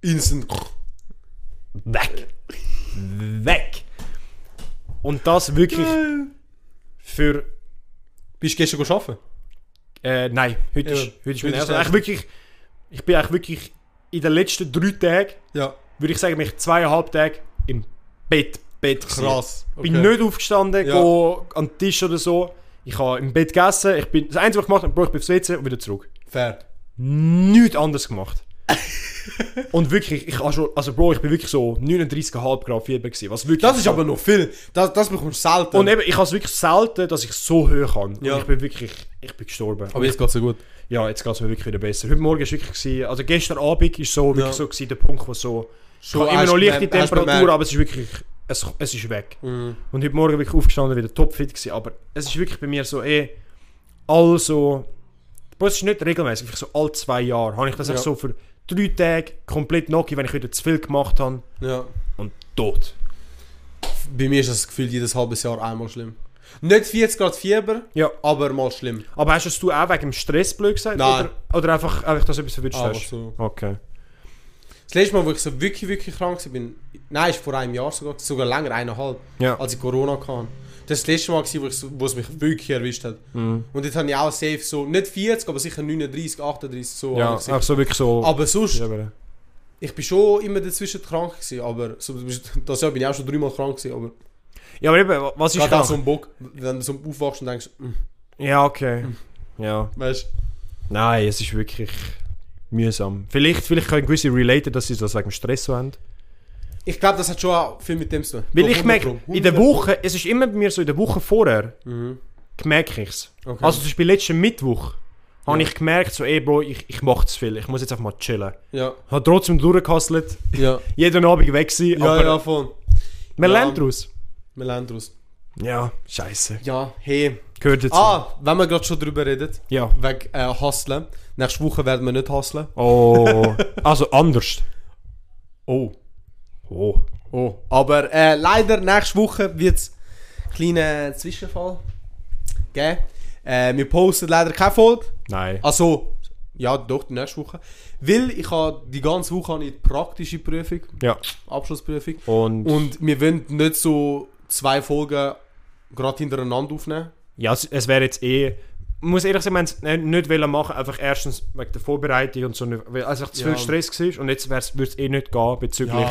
Instant. weg. weg. Und das wirklich für... Bist du gestern gearbeitet? Äh, nein, heute ist, Ja, heute ist heute mein ist erster. der Eigentlich wirklich, ich bin eigentlich wirklich in den letzten drei Tagen, Ja. würde ich sagen, bin ich zweieinhalb Tage im Bett, Bett gewesen. Krass. Ich bin nicht aufgestanden, Ja. go an den Tisch oder so. Ich habe im Bett gegessen. Ich bin, das Einzige, was ich gemacht habe, Bro, ich bin aufs WC und wieder zurück. Fair. Nichts anderes gemacht. und wirklich, ich habe schon, also Bro, ich bin wirklich so 39,5 Grad Fieber gewesen, was wirklich... Oh, Das ist aber noch viel. Das, das bekommst du selten. Und eben, ich habe es wirklich selten, dass ich so hoch kann. Ja. Und ich bin wirklich, ich bin gestorben. aber jetzt geht's so gut. Ja, jetzt geht es mir wirklich wieder besser. Heute Morgen war wirklich, gewesen- also gestern Abend war so, wirklich Ja. so gewesen, der Punkt, wo so... Ich Schon habe immer hast noch du leichte gemerkt- hast du Temperatur, gemerkt- aber es ist wirklich, es, es ist weg. Mm, Und heute Morgen bin ich aufgestanden, wieder topfit gewesen, aber es ist wirklich bei mir so, eh, all so, Bro, es ist nicht regelmäßig, vielleicht so alle zwei Jahre, habe ich das Ja. einfach so für drei Tage komplett Noki, wenn ich wieder zu viel gemacht habe Ja. und tot. Bei mir ist das Gefühl jedes halbes Jahr einmal schlimm. Nicht 40 Grad Fieber, Ja. aber mal schlimm. Aber hast du es du auch wegen dem Stress blöd gesagt? Nein. Oder, oder einfach, einfach, dass du etwas verwünscht Aber hast? so. Okay. Das letzte Mal, wo ich so wirklich, wirklich krank war, bin, nein, ist vor einem Jahr sogar, sogar länger, eineinhalb, Ja. als ich Corona hatte. Das war das letzte Mal, gewesen, wo, ich, so- wo es mich wirklich erwischt hat. Mhm. Und jetzt habe ich auch safe so, nicht 40, aber sicher 39, 38, so. ja, habe ich sicher. einfach so wirklich so... aber sonst, Ja, aber- ich bin schon immer dazwischen krank gewesen, aber so, das Jahr bin ich auch schon dreimal krank gewesen, aber ja, aber eben, was ist gerade auch das? so ein Bock, wenn du so aufwachst und denkst, mm, Ja, okay. Ja. weißt Nein, es ist wirklich mühsam. Vielleicht, vielleicht können gewisse relaten, dass sie das wegen dem Stress so haben. Ich glaube, das hat schon auch viel mit dem zu tun. Weil Doch, ich merke, 100 Pro, in der 100 Woche, es ist immer bei mir so, in der Woche vorher, merke ich es. Pro. Mhm, Okay. Also zum Beispiel letzten Mittwoch habe ich gemerkt, so, ey Bro, ich, ich mache zu viel, ich muss jetzt einfach mal chillen. ja, Ich habe trotzdem durchgehustelt, ja, jeden Abend weg sein, ja, aber ja, voll. man ja. lernt daraus. Wir lernen daraus. Ja, scheiße. Ja, hey. Gehört jetzt. Ah, wenn wir gerade schon drüber reden, Ja. wegen äh, Hustlen. Nächste Woche werden wir nicht hustlen. Oh, also anders. Oh. Oh, Oh. Aber äh, leider, nächste Woche wird es einen kleinen Zwischenfall geben. Äh, wir posten leider keine Folge. Nein. Also, ja, doch, die nächste Woche. Weil ich habe die ganze Woche habe ich die praktische Prüfung, Ja. Abschlussprüfung. Und, Und wir wollen nicht so zwei Folgen gerade hintereinander aufnehmen. ja, es, es wäre jetzt eh. Ich muss ehrlich sagen, wir haben es nicht- nicht wollen machen, einfach erstens wegen der Vorbereitung und so, nicht- weil es einfach zu Ja. viel Stress war und jetzt würde es eh nicht gehen bezüglich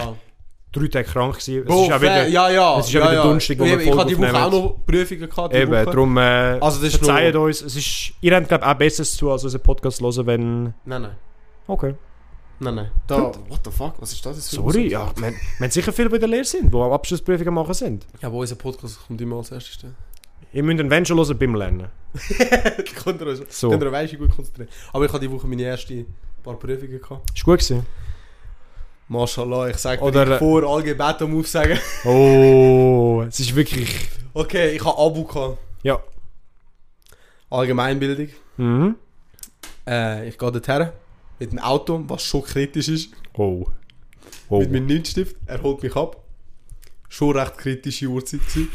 drei Tage krank gewesen. Es Bro, ist ja wieder, fair, äh, ja, ja. es ist ja wieder Donnerstag, wo Ich, wir ich habe die Folge Woche auch aufnehmen. noch Prüfungen gehabt. Die Eben, Woche. darum äh, Also, das ist verzeiht nur- uns. Es ist, ihr habt, glaube ich, auch Besseres zu, als unseren Podcast zu hören, wenn... Nein, nein. Okay. Nein, nein. Da, what the fuck? Was ist das jetzt für Sorry, ja, wir, wir haben sicher viele, die in der Lehre sind, die am Abschlussprüfungen machen sind. Ja, aber unser Podcast kommt immer als erstes. dann. Ihr müsst einen Wenn schon hören beim Lernen. Da könnt ihr euch So. könnt ihr euch weisst, gut konzentrieren. Aber ich habe die Woche meine ersten paar Prüfungen gehabt. Ist gut gewesen. Mashallah, ich sage Oder- dir ich vor, alle Gebet am Aufsagen. Oh, es ist wirklich... Okay, ich habe Abu gehabt. Ja. Allgemeinbildung. Mhm. Äh, ich gehe dorthin mit dem Auto, was schon kritisch ist. Oh. Oh. Mit meinem Nintstift. Er holt mich ab. Schon recht kritische Uhrzeit gewesen.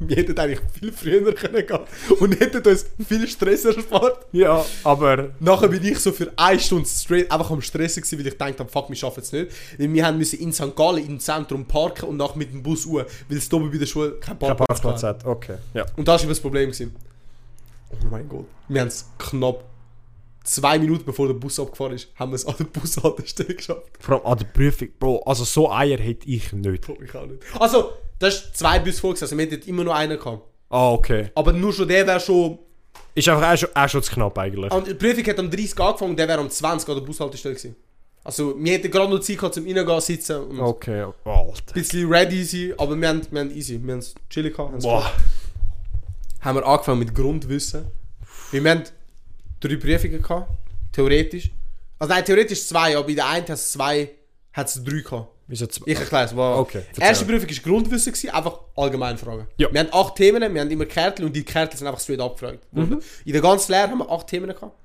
Wir hätten eigentlich viel früher können gehen und hätten uns viel Stress erspart. Ja, aber... Nachher bin ich so für eine Stunde straight einfach am Stressen gewesen, weil ich dachte, fuck, wir schaffen es nicht. Weil wir haben müssen in St. Gallen im Zentrum parken und nachher mit dem Bus uhr, weil es da oben bei der Schule kein Der Parkplatz Parkplatz gab. hat, okay. Ja. Und das war eben das Problem. Gewesen. Oh mein Gott. Wir haben es knapp zwei Minuten bevor der Bus abgefahren ist, haben wir es an der Bushaltestelle geschafft. Vor allem an der Prüfung, Bro, also so Eier hätte ich nicht. Ich auch nicht. Also, das ist zwei Bus vor, gewesen, also wir hätten immer nur einen gehabt. Ah, okay. Aber nur schon der wäre schon. Ist einfach auch schon, auch schon zu knapp eigentlich. Und die Prüfung hat am 30 angefangen und der wäre am 20 an der Bushaltestelle gewesen. Also, wir hätten gerade noch Zeit gehabt, zum Reingehen sitzen und ein Okay, oh, Alter. bisschen ready sein, aber wir haben, wir haben easy. Wir haben es chillig gehabt. haben's Boah. gemacht. Haben wir angefangen mit Grundwissen. Weil wir haben drei Prüfungen gehabt, theoretisch. Also, nein, theoretisch zwei, aber in der einen hat es zwei, hat es drei gehabt. Wieso zwei? Ich erkläre es. Wow. Okay, Die erste verzeih. Prüfung war Grundwissen, gewesen, einfach allgemeine Fragen. Ja. Wir haben acht Themen, wir haben immer Kärtel und die Kärtel sind einfach straight abgefragt. Mhm. worden. In der ganzen Lehre haben wir acht Themen gehabt.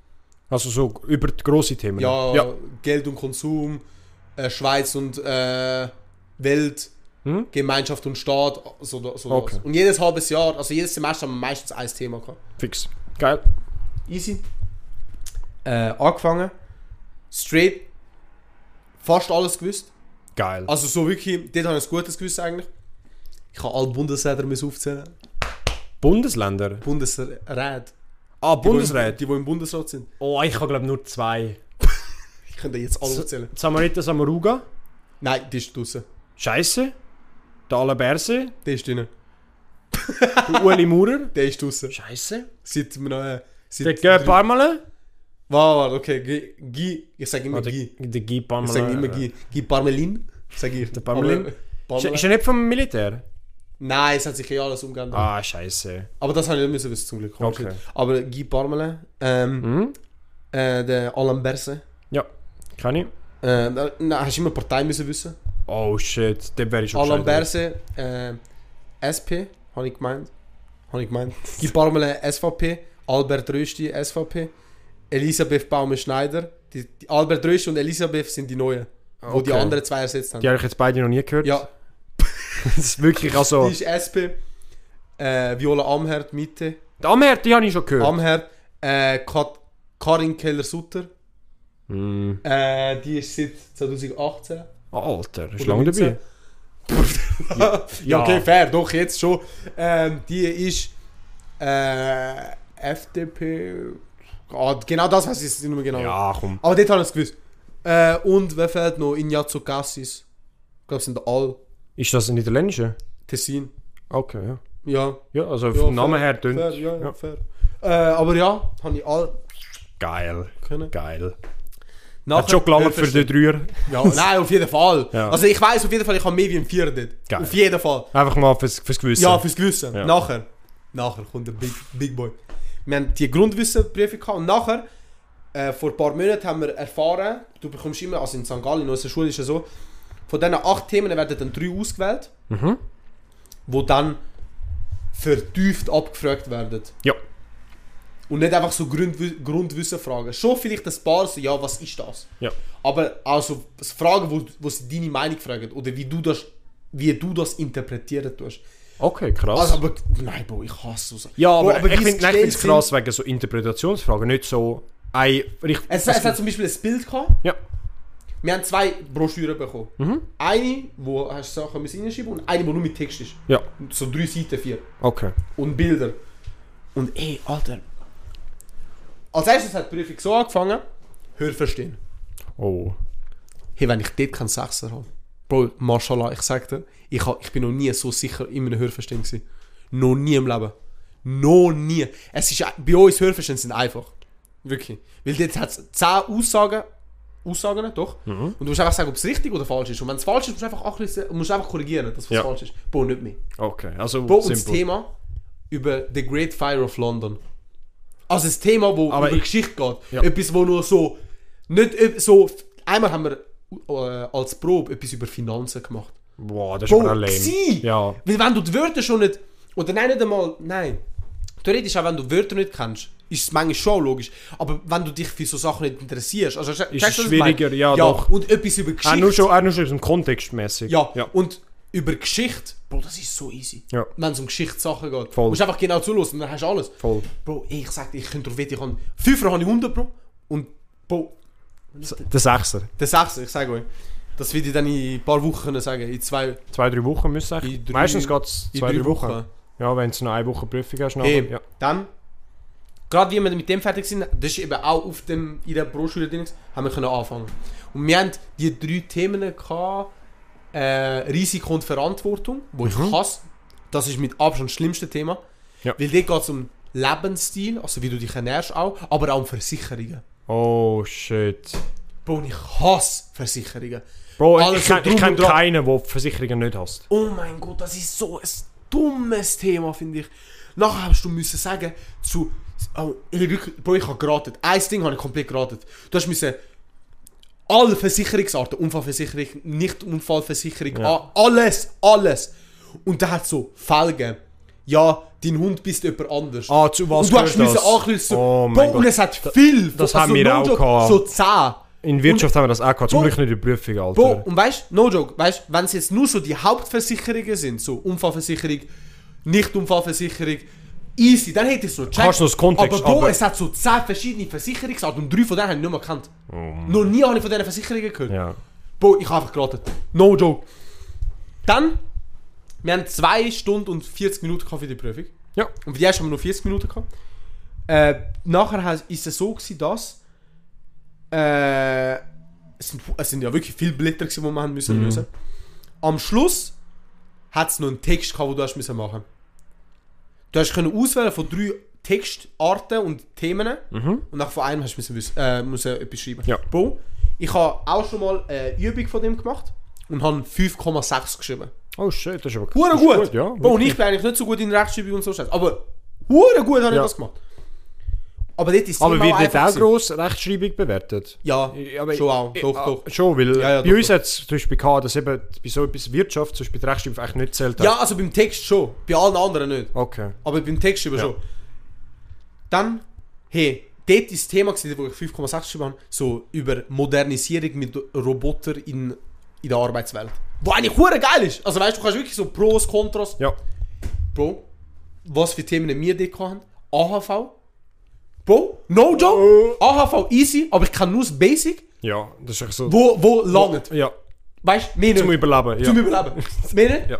Also so über die grossen Themen. Ja, Genau. ja. Geld und Konsum, äh, Schweiz und äh, Welt, Mhm. Gemeinschaft und Staat, so, da- so Okay. was. Und jedes halbes Jahr, also jedes Semester haben wir meistens ein Thema gehabt. Fix. Geil. Easy. Äh, angefangen, straight, fast alles gewusst. Geil. Also so wirklich, dort habe ich ein gutes Gewissen eigentlich. Ich habe alle Bundesräder müssen aufzählen. Bundesländer. Bundesrat. Ah, Die, wo im- Bundesrat. Die, die im Bundesrat sind. Oh, ich habe glaube nur zwei. Ich könnte jetzt alle aufzählen. Samarita Samaruga. Nein, die ist draußen. Scheiße. Der Alaberse. Die ist drinnen. Der Ueli Maurer. Die ist draußen. Scheiße. Seit wir noch... Äh, seit Der Guy Parmale. Warte, warte, okay. Guy- Guy. Ich sage immer Ah, Der Guy. der Guy Ich Parmale. sage immer Guy. Guy Parmelin. Sag ich. Der Parmelin? Ist, ist er nicht vom Militär? Nein, es hat sich eh alles umgeändert. Ah, scheiße. Aber das habe ich nicht müssen wissen, zum Glück. Okay. Mhm. Aber Guy Parmelin. Ähm, Hm? äh, der Alain Berset. Ja, kann ich. Äh, na, na, hast du immer Partei müssen wissen. Oh shit, der wäre ich schon Alain gescheitert. Berse, äh, SP, habe ich gemeint. Habe ich gemeint. Guy Parmelin, SVP. Albert Rösti, SVP. Elisabeth Baume-Schneider. Die, die Albert Rösti und Elisabeth sind die Neuen. Wo die Okay. anderen zwei ersetzt haben. Die habe ich jetzt beide noch nie gehört. Ja, Das ist wirklich, also... die ist SP. Äh, Viola Amherd, Mitte. Die Amherd, die habe ich schon gehört. Amherd. Äh, Kat Karin Keller-Sutter. Mm. Äh, die ist seit 2018. Alter, ist Oder lange Minze. dabei. ja, Ja. okay, fair, doch, jetzt schon. Ähm, die ist äh, FDP. Ah, genau das weiß ich jetzt nicht mehr genau. Ja, komm. Aber dort habe ich es gewusst. Äh, und wer fehlt noch? Ignazio Cassis. Ich glaube, sind alle. Ist das ein italienischer? Tessin. Okay, ja. Ja. Ja, also ja, vom Namen her fair, dünn. Fair, ja, ja, Ja. fair. Äh, aber ja, habe ich alle Geil, können. geil. Nachher Hat schon gelangt für den Dreier. Ja, nein, auf jeden Fall. Ja. Also ich weiß auf jeden Fall, ich habe mehr wie ein Vierer dort. Geil. Auf jeden Fall. Einfach mal fürs, fürs Gewissen. Ja, fürs Gewissen. Ja. Nachher. Nachher kommt der Big, Big Boy. Wir haben die Grundwissenprüfung gehabt und nachher, äh, vor ein paar Monaten haben wir erfahren, du bekommst immer, also in St. Gallen, in unserer Schule ist es so, von diesen acht Themen werden dann drei ausgewählt, Mhm. wo dann vertieft abgefragt werden. Ja. Und nicht einfach so Grundwi Grundwissenfragen. Schon vielleicht ein paar so, ja, was ist das? Ja. Aber also Fragen, wo, wo sie deine Meinung fragen oder wie du das wie du das interpretieren tust. Okay, krass. Also, aber, nein, Bro, ich hasse so. ja, Bro, aber, ich wie finde es gestellt krass wegen so Interpretationsfragen, nicht so ein richtig. Es, es hat zum Beispiel ein Bild gehabt. ja. Wir haben zwei Broschüren bekommen. Mhm. Eine, wo hast du Sachen müssen reinschreiben und eine, wo nur mit Text ist. Ja, So drei Seiten, vier. okay. Und Bilder. Und ey, Alter. Als erstes hat die Prüfung so angefangen. Hör verstehen. Oh. Hey, wenn ich dort keinen Sechser habe. Bro, Mashallah, ich sag dir, ich, hab, ich bin noch nie so sicher in einem Hörverstehen gewesen. Noch nie im Leben. Noch nie. Es ist, bei uns Hörverstehen sind einfach. Wirklich. Weil dort hat es 10 Aussagen, Aussagen, doch. Und du musst einfach sagen, ob es richtig oder falsch ist. Und wenn es falsch ist, musst du einfach, anklicken- musst du einfach korrigieren, dass es Ja. falsch ist. Bro, nicht mehr. Okay, also Bro, und das Thema über The Great Fire of London. Also das Thema, wo Aber über ich- Geschichte geht. Ja. Etwas, wo nur so... Nicht ö- so... Einmal haben wir äh, als Probe etwas über Finanzen gemacht. Boah, das ist Bro, aber auch lame. gsi! Ja. Weil wenn du die Wörter schon nicht... Oder nein, nicht einmal... Nein. Theoretisch auch, wenn du Wörter nicht kennst, ist es manchmal schon logisch. Aber wenn du dich für so Sachen nicht interessierst... Also, checkst du, was ich meine? schwieriger, ja, doch. Und etwas über Geschichte... Auch Ah, nur schon, auch nur schon kontextmäßig. Ja, ja. und über Geschichte, Bro, das ist so easy. Ja. Wenn es um Geschichtssachen geht. Voll. Musst einfach genau zulassen, dann hast du alles. Voll. Bro, ey, ich sag dir, ich könnte drauf wetten, ich habe... Fünfer habe ich 100, Bro. Und, Bro, Der Sechser. der Sechser, ich sage euch. Das werde ich dann in ein paar Wochen können sagen, in zwei, Zwei, drei Wochen müssen eigentlich. In drei- Meistens geht es in zwei, drei drei Wochen. Ja, wenn du noch eine Woche Prüfung hast. nachher, Eben, ja. dann... Gerade wie wir mit dem fertig sind, das ist eben auch auf dem, in der Broschüre drin, haben wir können anfangen. Und wir haben die drei Themen gehabt, äh, Risiko und Verantwortung, wo ich hasse. Das ist mit Abstand das schlimmste Thema. Mhm. Ja. Weil dort geht es um Lebensstil, also wie du dich ernährst auch, aber auch um Versicherungen. Oh, shit. Bro, und ich hasse Versicherungen. Bro, Alles ich, so kenn- ich drum kenne und dran. keinen, der Versicherungen nicht hast. Oh mein Gott, das ist so ein dummes Thema, finde ich. Nachher hast du müssen sagen zu... Oh, ey, wirklich, Bro, ich habe geraten. Ein Ding habe ich komplett geraten. Du hast müssen... Alle Versicherungsarten, Unfallversicherung, Nicht-Unfallversicherung, a- alles, alles. Und da hat so Fälle gegeben. Ja, dein Hund bist jemand anders. Ah, zu was Und du hast gehört müssen das? ankreuzen. Oh mein Bro, und Gott. es hat viel. das haben wir no auch joke, gehabt. So zehn. In Wirtschaft haben wir das auch gehabt. Zum Bro. Glück nicht in der Prüfung, Alter. Bro, und weißt no joke, weißt wenn es jetzt nur so die Hauptversicherungen sind, so Unfallversicherung, Nicht-Unfallversicherung, easy, dann hätte ich so check. Kannst du noch das Kontext, aber Bro, aber- es hat so 10 verschiedene Versicherungsarten und drei von denen habe ich nicht mehr gekannt. Noch nie habe ich von diesen Versicherungen gehört. Oh Ja. Bro, ich habe einfach geraten. No joke. Dann, wir haben 2 Stunden und 40 Minuten gehabt für die Prüfung. Ja. Und für die erste haben wir nur 40 Minuten gehabt. Äh, nachher has- ist es so gewesen, dass äh, es, sind, es sind ja wirklich viele Blätter gewesen, die wir haben müssen lösen. Am Schluss hat es noch einen Text gehabt, den du hast müssen machen. Du hast können auswählen von drei Textarten und Themen und nach von einem hast du müssen, wissen- äh, müssen etwas schreiben. Ja. Bro, ich habe auch schon mal eine Übung von dem gemacht und habe 5,6 geschrieben. Oh, shit, das ist aber Hure das ist gut. ja. Bro, und ich bin eigentlich nicht so gut in Rechtschreibung und so Scheiß. Aber hure gut habe Ja. ich das gemacht. Aber dort ist das aber Thema wird nicht genau einfach auch gewesen. gross Rechtschreibung bewertet? Ja, aber schon auch. ich- Doch, ah, doch. Schon, weil Ja, ja, bei doch, uns hat es zum Beispiel gehabt, dass eben bei so etwas Wirtschaft, zum Beispiel die Rechtschreibung eigentlich nicht zählt hat. Ja, also beim Text schon. Bei allen anderen nicht. Okay. Aber beim Text über schon. Dann, hey, dort ist das Thema, gewesen, wo ich 5,6 geschrieben habe, so über Modernisierung mit Robotern in, in der Arbeitswelt. Wo eigentlich hure geil ist. Also weißt du, du kannst wirklich so Pros, Kontras. Ja. Bro, was für Themen wir dort hatten? AHV. Bro, no joke. Äh. AHV easy, aber ich kann nur das Basic, Ja, das ist echt so. wo, wo langt. Ja, Weißt du, mehr nicht. zum Überleben. Ja. Zum Überleben. Mehr nicht. ja.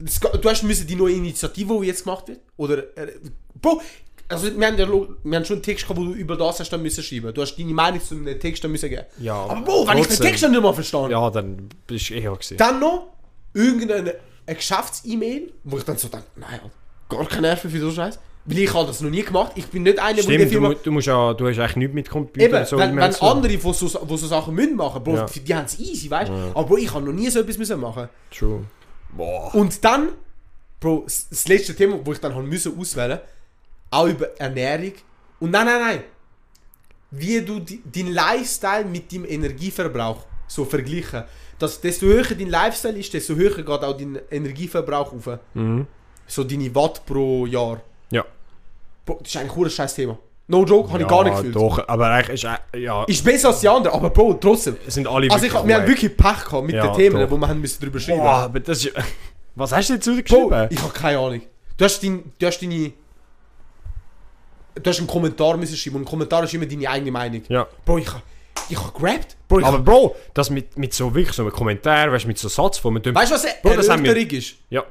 Das ge- Du hast müssen die neue Initiative, die jetzt gemacht wird, oder... Äh, Bro, also wir haben, ja, lo- wir haben schon einen Text gehabt, wo du über das hast dann müssen schreiben. Du hast deine Meinung zu einem Text dann müssen geben. Ja, aber Bro, wenn ich den trotzdem. Text dann nicht mal verstehe, ja, dann bist du eh auch gewesen. dann noch irgendeine eine Geschäfts-E-Mail, wo ich dann so denke, nein, Alter, gar keine Nerven für so Scheiß. Weil ich habe das noch nie gemacht. Ich bin nicht einer, der Stimmt, du, mu- du, musst ja, du hast eigentlich nichts mit Computer Eben, und so. wenn, wenn E-Mails so. andere, die so, wo so Sachen müssen machen Bro, Ja. für die haben es easy, weißt du? Aber Bro, ich habe noch nie so etwas müssen machen True. Und dann, Bro, s- das letzte Thema, wo ich dann haben müssen auswählen, auch über Ernährung. Und nein, nein, nein. Wie du di- deinen Lifestyle mit deinem Energieverbrauch so vergleichen. Dass desto höher dein Lifestyle ist, desto höher geht auch dein Energieverbrauch Mhm. auf. So deine Watt pro Jahr. Ja. Bro, das ist eigentlich ein scheiß Thema. No joke, habe ich gar nicht gefühlt. Doch, aber eigentlich ist äh, ja, Ist besser als die anderen, aber Bro, trotzdem. es sind alle Also ich, wir haben wirklich Pech gehabt mit Ja, den Themen, doch. wo wir haben müssen drüber schreiben. Boah, aber das ist. Was hast du dazu geschrieben? Bro, Oh, ich habe keine Ahnung. Du hast, dein, du hast deine... Du hast einen Kommentar müssen schreiben und ein Kommentar ist immer deine eigene Meinung. ja. Bro, ich habe... Ich habe gerappt. Bro, ich Aber hab, Bro, das mit, mit so wirklich so einem Kommentar, weißt du, mit so Satz, wo man tun- weißt du, was Bro, das haben wir- Erläuterung ist? Ja,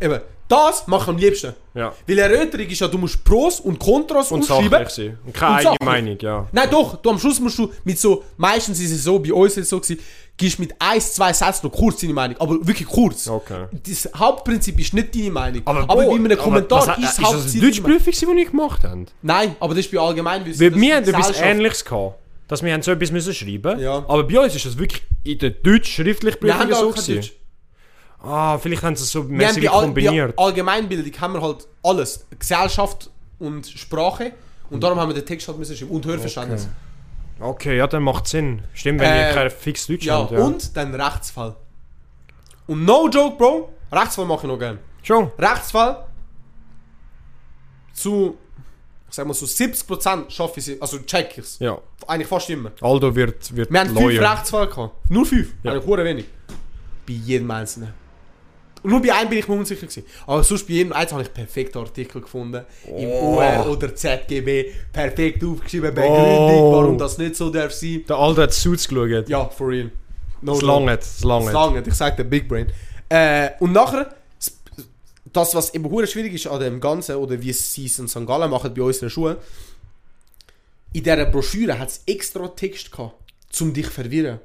Eben, das mache ich am liebsten. ja. Weil Erläuterung ist ja, du musst Pros und Kontras Und aufschreiben. sachlich sein. Und keine Und eigene sachlich. Meinung, ja. Nein, doch, du am Schluss musst du mit so, meistens ist es so, bei uns ist es so gewesen, gibst mit ein, zwei Sätzen noch kurz deine Meinung, aber wirklich kurz. Okay. Das Hauptprinzip ist nicht deine Meinung, aber, Bro, bei einem aber Kommentar was- ist das Ist das Hauptziel eine deine Meinung. Deutschprüfung, gewesen, die ich gemacht habe? Nein, aber das ist bei Allgemeinwissen. Weil das wir ist haben etwas Gesellschaft. Ähnliches gehabt. Dass wir haben so etwas müssen schreiben Ja. Aber bei uns ist das wirklich in der Wir haben Deutsch-Schriftlich-Prüfung gar so kein gewesen. Deutsch. Ah, vielleicht haben sie es so Wir haben mäßig bei, All bei kombiniert. Allgemeinbildung haben wir halt alles, Gesellschaft und Sprache Mhm. und darum haben wir den Text halt müssen schreiben und Hörverständnis. Okay, ja, dann macht Sinn. Stimmt, wenn Äh, ihr kein fixes Deutsch Ja, habt. und dann Rechtsfall. Und no joke, Bro, Rechtsfall mache ich noch gern. Schon. Rechtsfall zu, ich sag mal so 70% schaffe ich sie, also check ich es. Ja. Eigentlich fast immer. Aldo wird, wird Wir haben fünf Rechtsfall gehabt. Nur fünf. Ja. Eigentlich hure wenig. Bei jedem einzelnen. Und nur bei einem bin ich mir unsicher gewesen. Aber sonst bei jedem einzelnen habe ich perfekte Artikel gefunden. Im Oh. UR oder ZGB. Perfekt aufgeschrieben, Begründung, Oh. warum das nicht so darf sein. Der Aldo hat Suits geschaut. Ja, for real. No Es joke. langt, es langt. Das lange, ich sag dir, Big Brain. Äh, und nachher, s- das, was eben hure schwierig ist an dem Ganzen, oder wie es sie es in St. Gallen machen bei uns in der Schule, in dieser Broschüre hat es extra Text gehabt, um dich zu verwirren.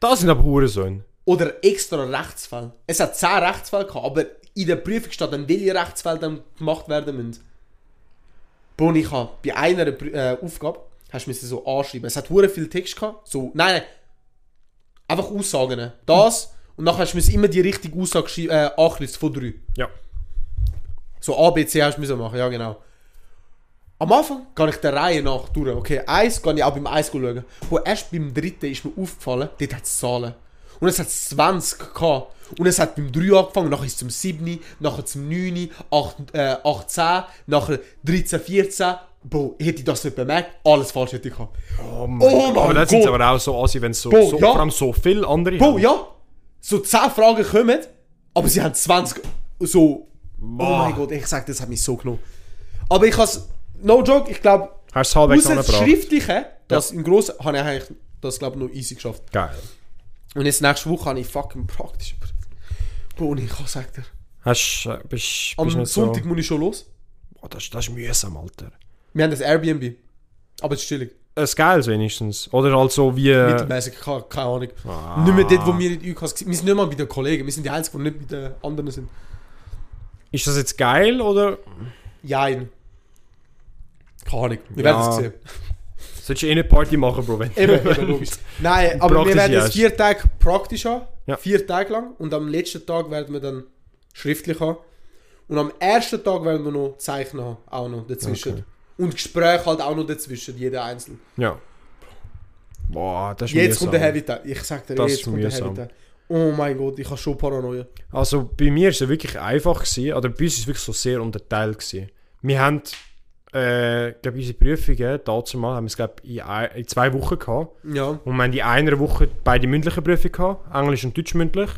Das sind aber Hurensohn. Oder extra Rechtsfälle. Es hat 10 Rechtsfälle gehabt, aber in der Prüfung steht dann, welche Rechtsfälle dann gemacht werden müssen. Bro, und ich habe bei einer Prü- äh, Aufgabe, hast du müssen so anschreiben. Es hat hure viel Text gehabt, so, nein, nein. Einfach Aussagen. Das, und nachher hast du müssen immer die richtige Aussage schrei- äh, ankreuzen von drei. Ja. So A, B, C hast du müssen machen, ja genau. Am Anfang gehe ich der Reihe nach durch. Okay, eins gehe ich auch beim eins schauen. Wo erst beim dritten ist mir aufgefallen, dort hat es Zahlen. Und es hat 20 gehabt. Und es hat beim 3 angefangen, nachher ist es zum 7, nachher zum 9, 8, äh, 8 10, nachher 13, 14. Bro, hätte ich das nicht bemerkt, alles falsch hätte ich gehabt. Oh mein, Oh mein aber das sind Gott. aber auch so assi, wenn es so, Bo, so ja. vor allem so viele andere Bro, haben. Oh, ja, so 10 Fragen kommen, aber sie haben 20. So, oh mein Gott, ich sag, das hat mich so genommen. Aber ich has, no joke, ich glaube, Hast du es halbwegs Außer das angebracht? Schriftliche, das im Großen, habe ich eigentlich das glaube ich noch easy geschafft. Geil. Und jetzt nächste Woche habe ich fucking praktisch Prüfung. Bro, und ich kann sagen dir, Hast äh, bist, bist am nicht Sonntag So, muss ich schon los. oh, das, das ist mühsam, Alter. Wir haben das Airbnb. Aber es ist chillig. Es geil äh, wenigstens. Oder halt so wie. Äh, Ah. Mittelmäßig, keine, keine Ahnung. Nicht mehr dort, wo wir in UK sind. Wir sind nicht mal bei den Kollegen, wir sind die Einzigen, die nicht mit den anderen sind. ist das jetzt geil oder Jein. Keine Ahnung, wir Ja. werden es sehen. sollst du eh eine Party machen, Bro? Wenn Eben, eben logisch. Nein, aber Praktisch wir werden es erst. vier Tage praktisch haben. Ja. Vier Tage lang. Und am letzten Tag werden wir dann schriftlich haben. Und am ersten Tag werden wir noch Zeichen haben, auch noch dazwischen. Okay. Und Gespräche halt auch noch dazwischen, jeder einzelne. Ja. Boah, das ist Jetzt kommt der mühsam. Heavy Teil. Ich sag dir, Das jetzt ist kommt mühsam. der Heavy Teil. Oh mein Gott, ich habe schon Paranoia. Also bei mir war es ja wirklich einfach, gewesen, oder bei uns war es wirklich so sehr unterteilt. Gewesen. Wir haben, äh, ich glaube, unsere Prüfungen dazu mal, haben wir es glaube in, ein- in zwei Wochen gehabt. Ja. Und wir haben in einer Woche beide mündliche Prüfungen gehabt, Englisch und Deutsch mündlich.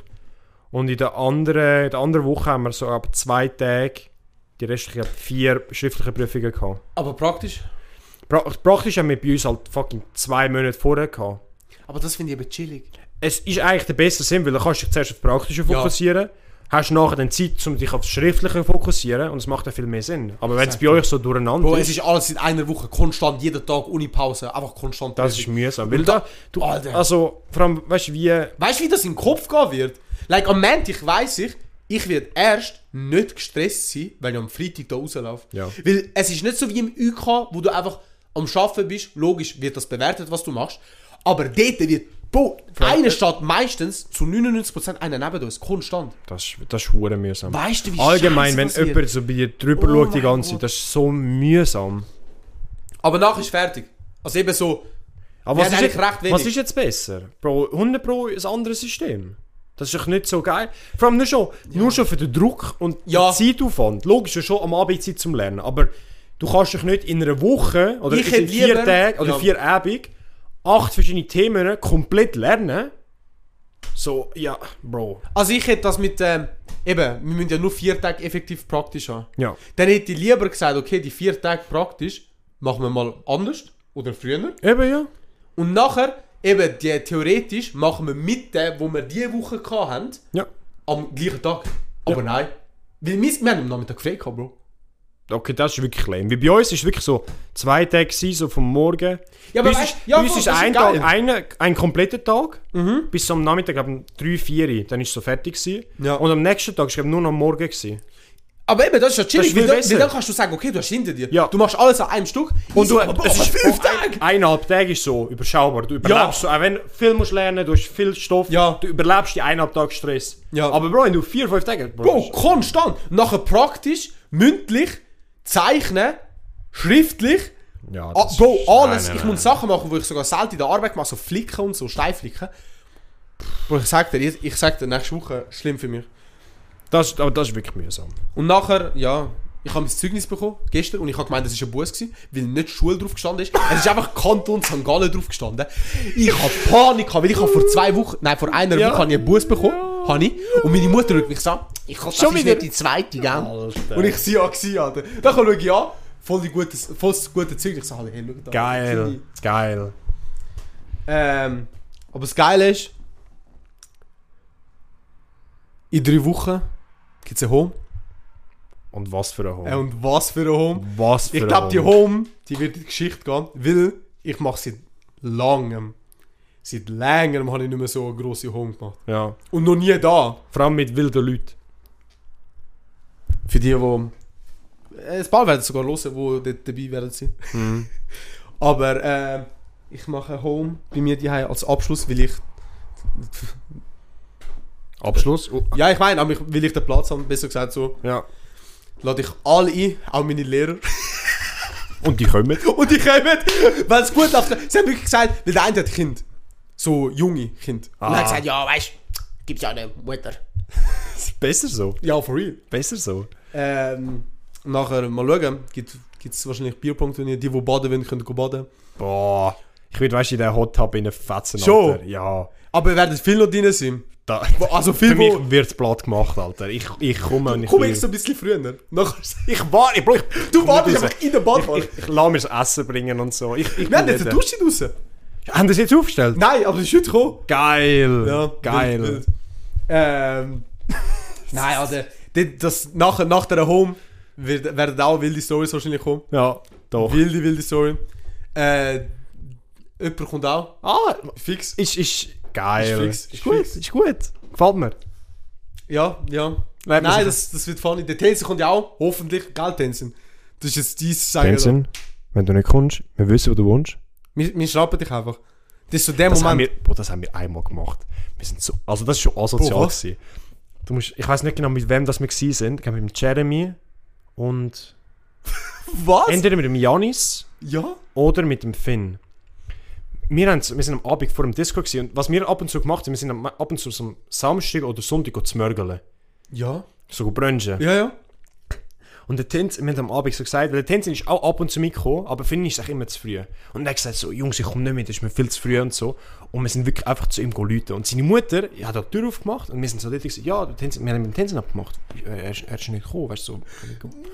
Und in der anderen, in der anderen Woche haben wir so ab zwei Tagen die restlichen glaub, vier schriftlichen Prüfungen gehabt. Aber praktisch. Pra praktisch haben wir bei uns halt fucking zwei Monate vorher gehabt. Aber das finde ich eben chillig. es ist eigentlich der beste Sinn, weil du kannst dich zuerst auf das Praktische fokussieren, hast nachher dann Zeit, um dich auf das Schriftliche zu fokussieren und es macht dann viel mehr Sinn. Aber wenn es bei euch so durcheinander Bro, es ist, ist alles in einer Woche, konstant, jeden Tag, ohne Pause. Einfach konstant. das ist Prüfung. mühsam. Weil da, du, Alter. also, vor allem, weißt du, wie... Weißt du, wie das in den Kopf gehen wird? Like, am Montag weiss ich, ich werde erst nicht gestresst sein, wenn ich am Freitag da rauslaufe. Ja. Weil es ist nicht so wie im UK, wo du einfach am Arbeiten bist. Logisch wird das bewertet, was du machst. Aber dort wird, Bro, einer steht meistens zu 99% einer neben uns. Konstant. Das, ist- das ist verdammt mühsam. Weißt du, wie Allgemein, scheisse wenn das wird? jemand so bei dir drüber Oh schaut die mein ganze Gott. Zeit, das ist so mühsam. Aber nachher ist fertig. Also eben so, Aber was Wir haben ist, jetzt, eigentlich recht wenig. was ist jetzt besser? Pro 100 Pro ist ein anderes System. Das ist doch nicht so geil. Vor allem nur schon, nur schon für den Druck und Ja. den Zeitaufwand. Logisch, ja schon am Abend Zeit zum Lernen, aber du kannst dich nicht in einer Woche oder Ich in hätte vier lieber- Tagen oder Ja. vier Abend acht verschiedene Themen komplett lernen. So, ja, Bro. Also ich hätte das mit, ähm, eben, wir müssen ja nur vier Tage effektiv praktisch haben. Ja. Dann hätte ich lieber gesagt, okay, die vier Tage praktisch machen wir mal anders oder früher. Eben, ja. Und nachher, eben, die, theoretisch machen wir mit dem, wo wir diese Woche hatten, Ja. am gleichen Tag. Aber Ja. nein. Weil wir, wir haben am Nachmittag frei gehabt, Bro. Okay, das ist wirklich lame. Wie bei uns ist wirklich so zwei Tage gewesen, so vom Morgen. bei Ja, aber uns weißt- ist, ja, bei uns voll, ist das ist ein, geil. Mhm. Tag, ein, ein kompletter Tag, bis am Nachmittag um 3, 4 Uhr, dann ist es so fertig gewesen. Ja. Und am nächsten Tag ist es nur noch am Morgen gewesen. Aber eben, das ist ja chillig, Das ist viel weil, dann- besser. weil dann kannst du sagen, okay, du hast hinter dir. Ja. Du machst alles an einem Stück. Und du, aber, Bro, es ist fünf Tage! Eineinhalb Tage ist so überschaubar. Du überlebst so, auch wenn du viel musst lernen, du hast viel Stoff, Ja. du überlebst die eineinhalb Tage Stress. Ja. Aber Bro, wenn du vier, fünf Tage... Bro, konstant. Nachher praktisch, mündlich, zeichnen, schriftlich. ja, Ah, das Bro, ist- alles. nein, nein, ich nein. muss Sachen machen, wo ich sogar selten in der Arbeit mache, so flicken und so, Steiflicken. Bro, ich sag dir, jetzt- ich sag dir, nächste Woche, schlimm für mich. Das, aber das ist wirklich mühsam. Und nachher, ja, ich habe mein Zeugnis bekommen, gestern, und ich habe gemeint, das ist ein Bus gewesen, weil nicht Schule drauf gestanden ist. Es ist einfach Kanton St. Gallen drauf gestanden. Ich habe Panik gehabt, weil ich habe vor zwei Wochen, nein, vor einer Ja. Woche habe ich einen Bus bekommen, habe ich. Und meine Mutter rückt mich so an, ich kann Schon das ist wieder? nicht die zweite, gell? Alter. und ich sehe ja, gesehen, Alter. Dann schaue ich an, voll die gute, voll das gute Zeugnis. Ich sage, hey, schau da. Geil, geil. Ähm, aber das Geile ist, in drei Wochen gibt es ein Home. Und was für ein Home. Äh, und was für ein Home. was für Ich ein glaube, die Home. Home, die wird in die Geschichte gehen, weil ich mache seit langem, seit längerem habe ich nicht mehr so eine grosse Home gemacht. Ja. Und noch nie da. Vor allem mit wilden Leuten. Für die, die... Äh, Ein paar werden es sogar hören, die dort dabei werden sein. Aber äh, ich mache eine Home bei mir die als Abschluss, weil ich... Abschluss? Ja, ich meine, aber ich- weil ich den Platz habe, besser gesagt so, Ja. lade ich alle ein, auch meine Lehrer. Und die kommen. Und die kommen, weil es gut läuft. Sie haben wirklich gesagt, weil der eine hat Kind. So junge Kind. Und er Ah. hat gesagt, ja, weißt du, gibt's ja eine Mutter. Besser so. Ja, for real. Besser so. Ähm, nachher mal schauen, gibt es wahrscheinlich Bierpunktturnier. Die, die baden wollen, können go baden. Boah. Ich würde, weißt du, in den Hot Tub in fetzen, Schon? Alter. Ja. Aber wir werden viel noch drin sein. Da, Wo- Also viel, für wo... mich wird es platt gemacht, Alter. Ich, ich komme und ich Komm will- ich so ein bisschen früher. Nachher, Ich war, ich, Bro, ich, du wartest raus. einfach in der Badwanne. Ich, ich lasse mir das Essen bringen und so. Ich, ich Wir haben bin jetzt eine nicht- Dusche draussen. Haben das jetzt aufgestellt? Nein, aber das ist heute gekommen. Geil. Ja, Geil. wild, wild. Ähm. Nein, also, das, das, nach, nach der Home wird, werden auch wilde Stories wahrscheinlich kommen. Ja, doch. Wilde, wilde Story. Äh, jemand kommt auch. Ah, Fix. ist, ist geil. Ist fix, ist gut, fix. ist gut. Gefällt mir. Ja, ja. Nein, Nein, das- das, das wird funny. Der Tänzer kommt ja auch. Hoffentlich. Gell, Tänzin? Das ist jetzt dein Sagen. wenn du nicht kommst, wir wissen, wo du wohnst. Wir, wir schnappen dich einfach. Das ist so der Das haben, wir, Moment. boah, das haben wir einmal gemacht. Wir sind so, also das ist schon asozial Boah, was? gewesen. Du musst, ich weiß nicht genau, mit wem das wir gewesen sind. Ich glaube, mit dem Jeremy und Was? entweder mit dem Janis ja? oder mit dem Finn. Wir, haben, wir sind am Abend vor dem Disco gewesen, und was wir ab und zu gemacht haben, wir sind am, ab und zu am Samstag oder Sonntag zu mörgeln. Ja? So brunchen. Ja, ja. Und der Tänz, wir haben am Abend so gesagt, weil der Tänzer ist auch ab und zu mitgekommen, aber für ihn ist es echt immer zu früh. Und er hat gesagt so, Jungs, ich komme nicht mit, das ist mir viel zu früh und so. Und wir sind wirklich einfach zu ihm geläutet. Und seine Mutter ja, hat die Tür aufgemacht und wir sind so dort gesagt, ja, der Tänzer, wir haben den Tänzer abgemacht. Er, er, ist- er ist nicht gekommen, weißt du, so. Und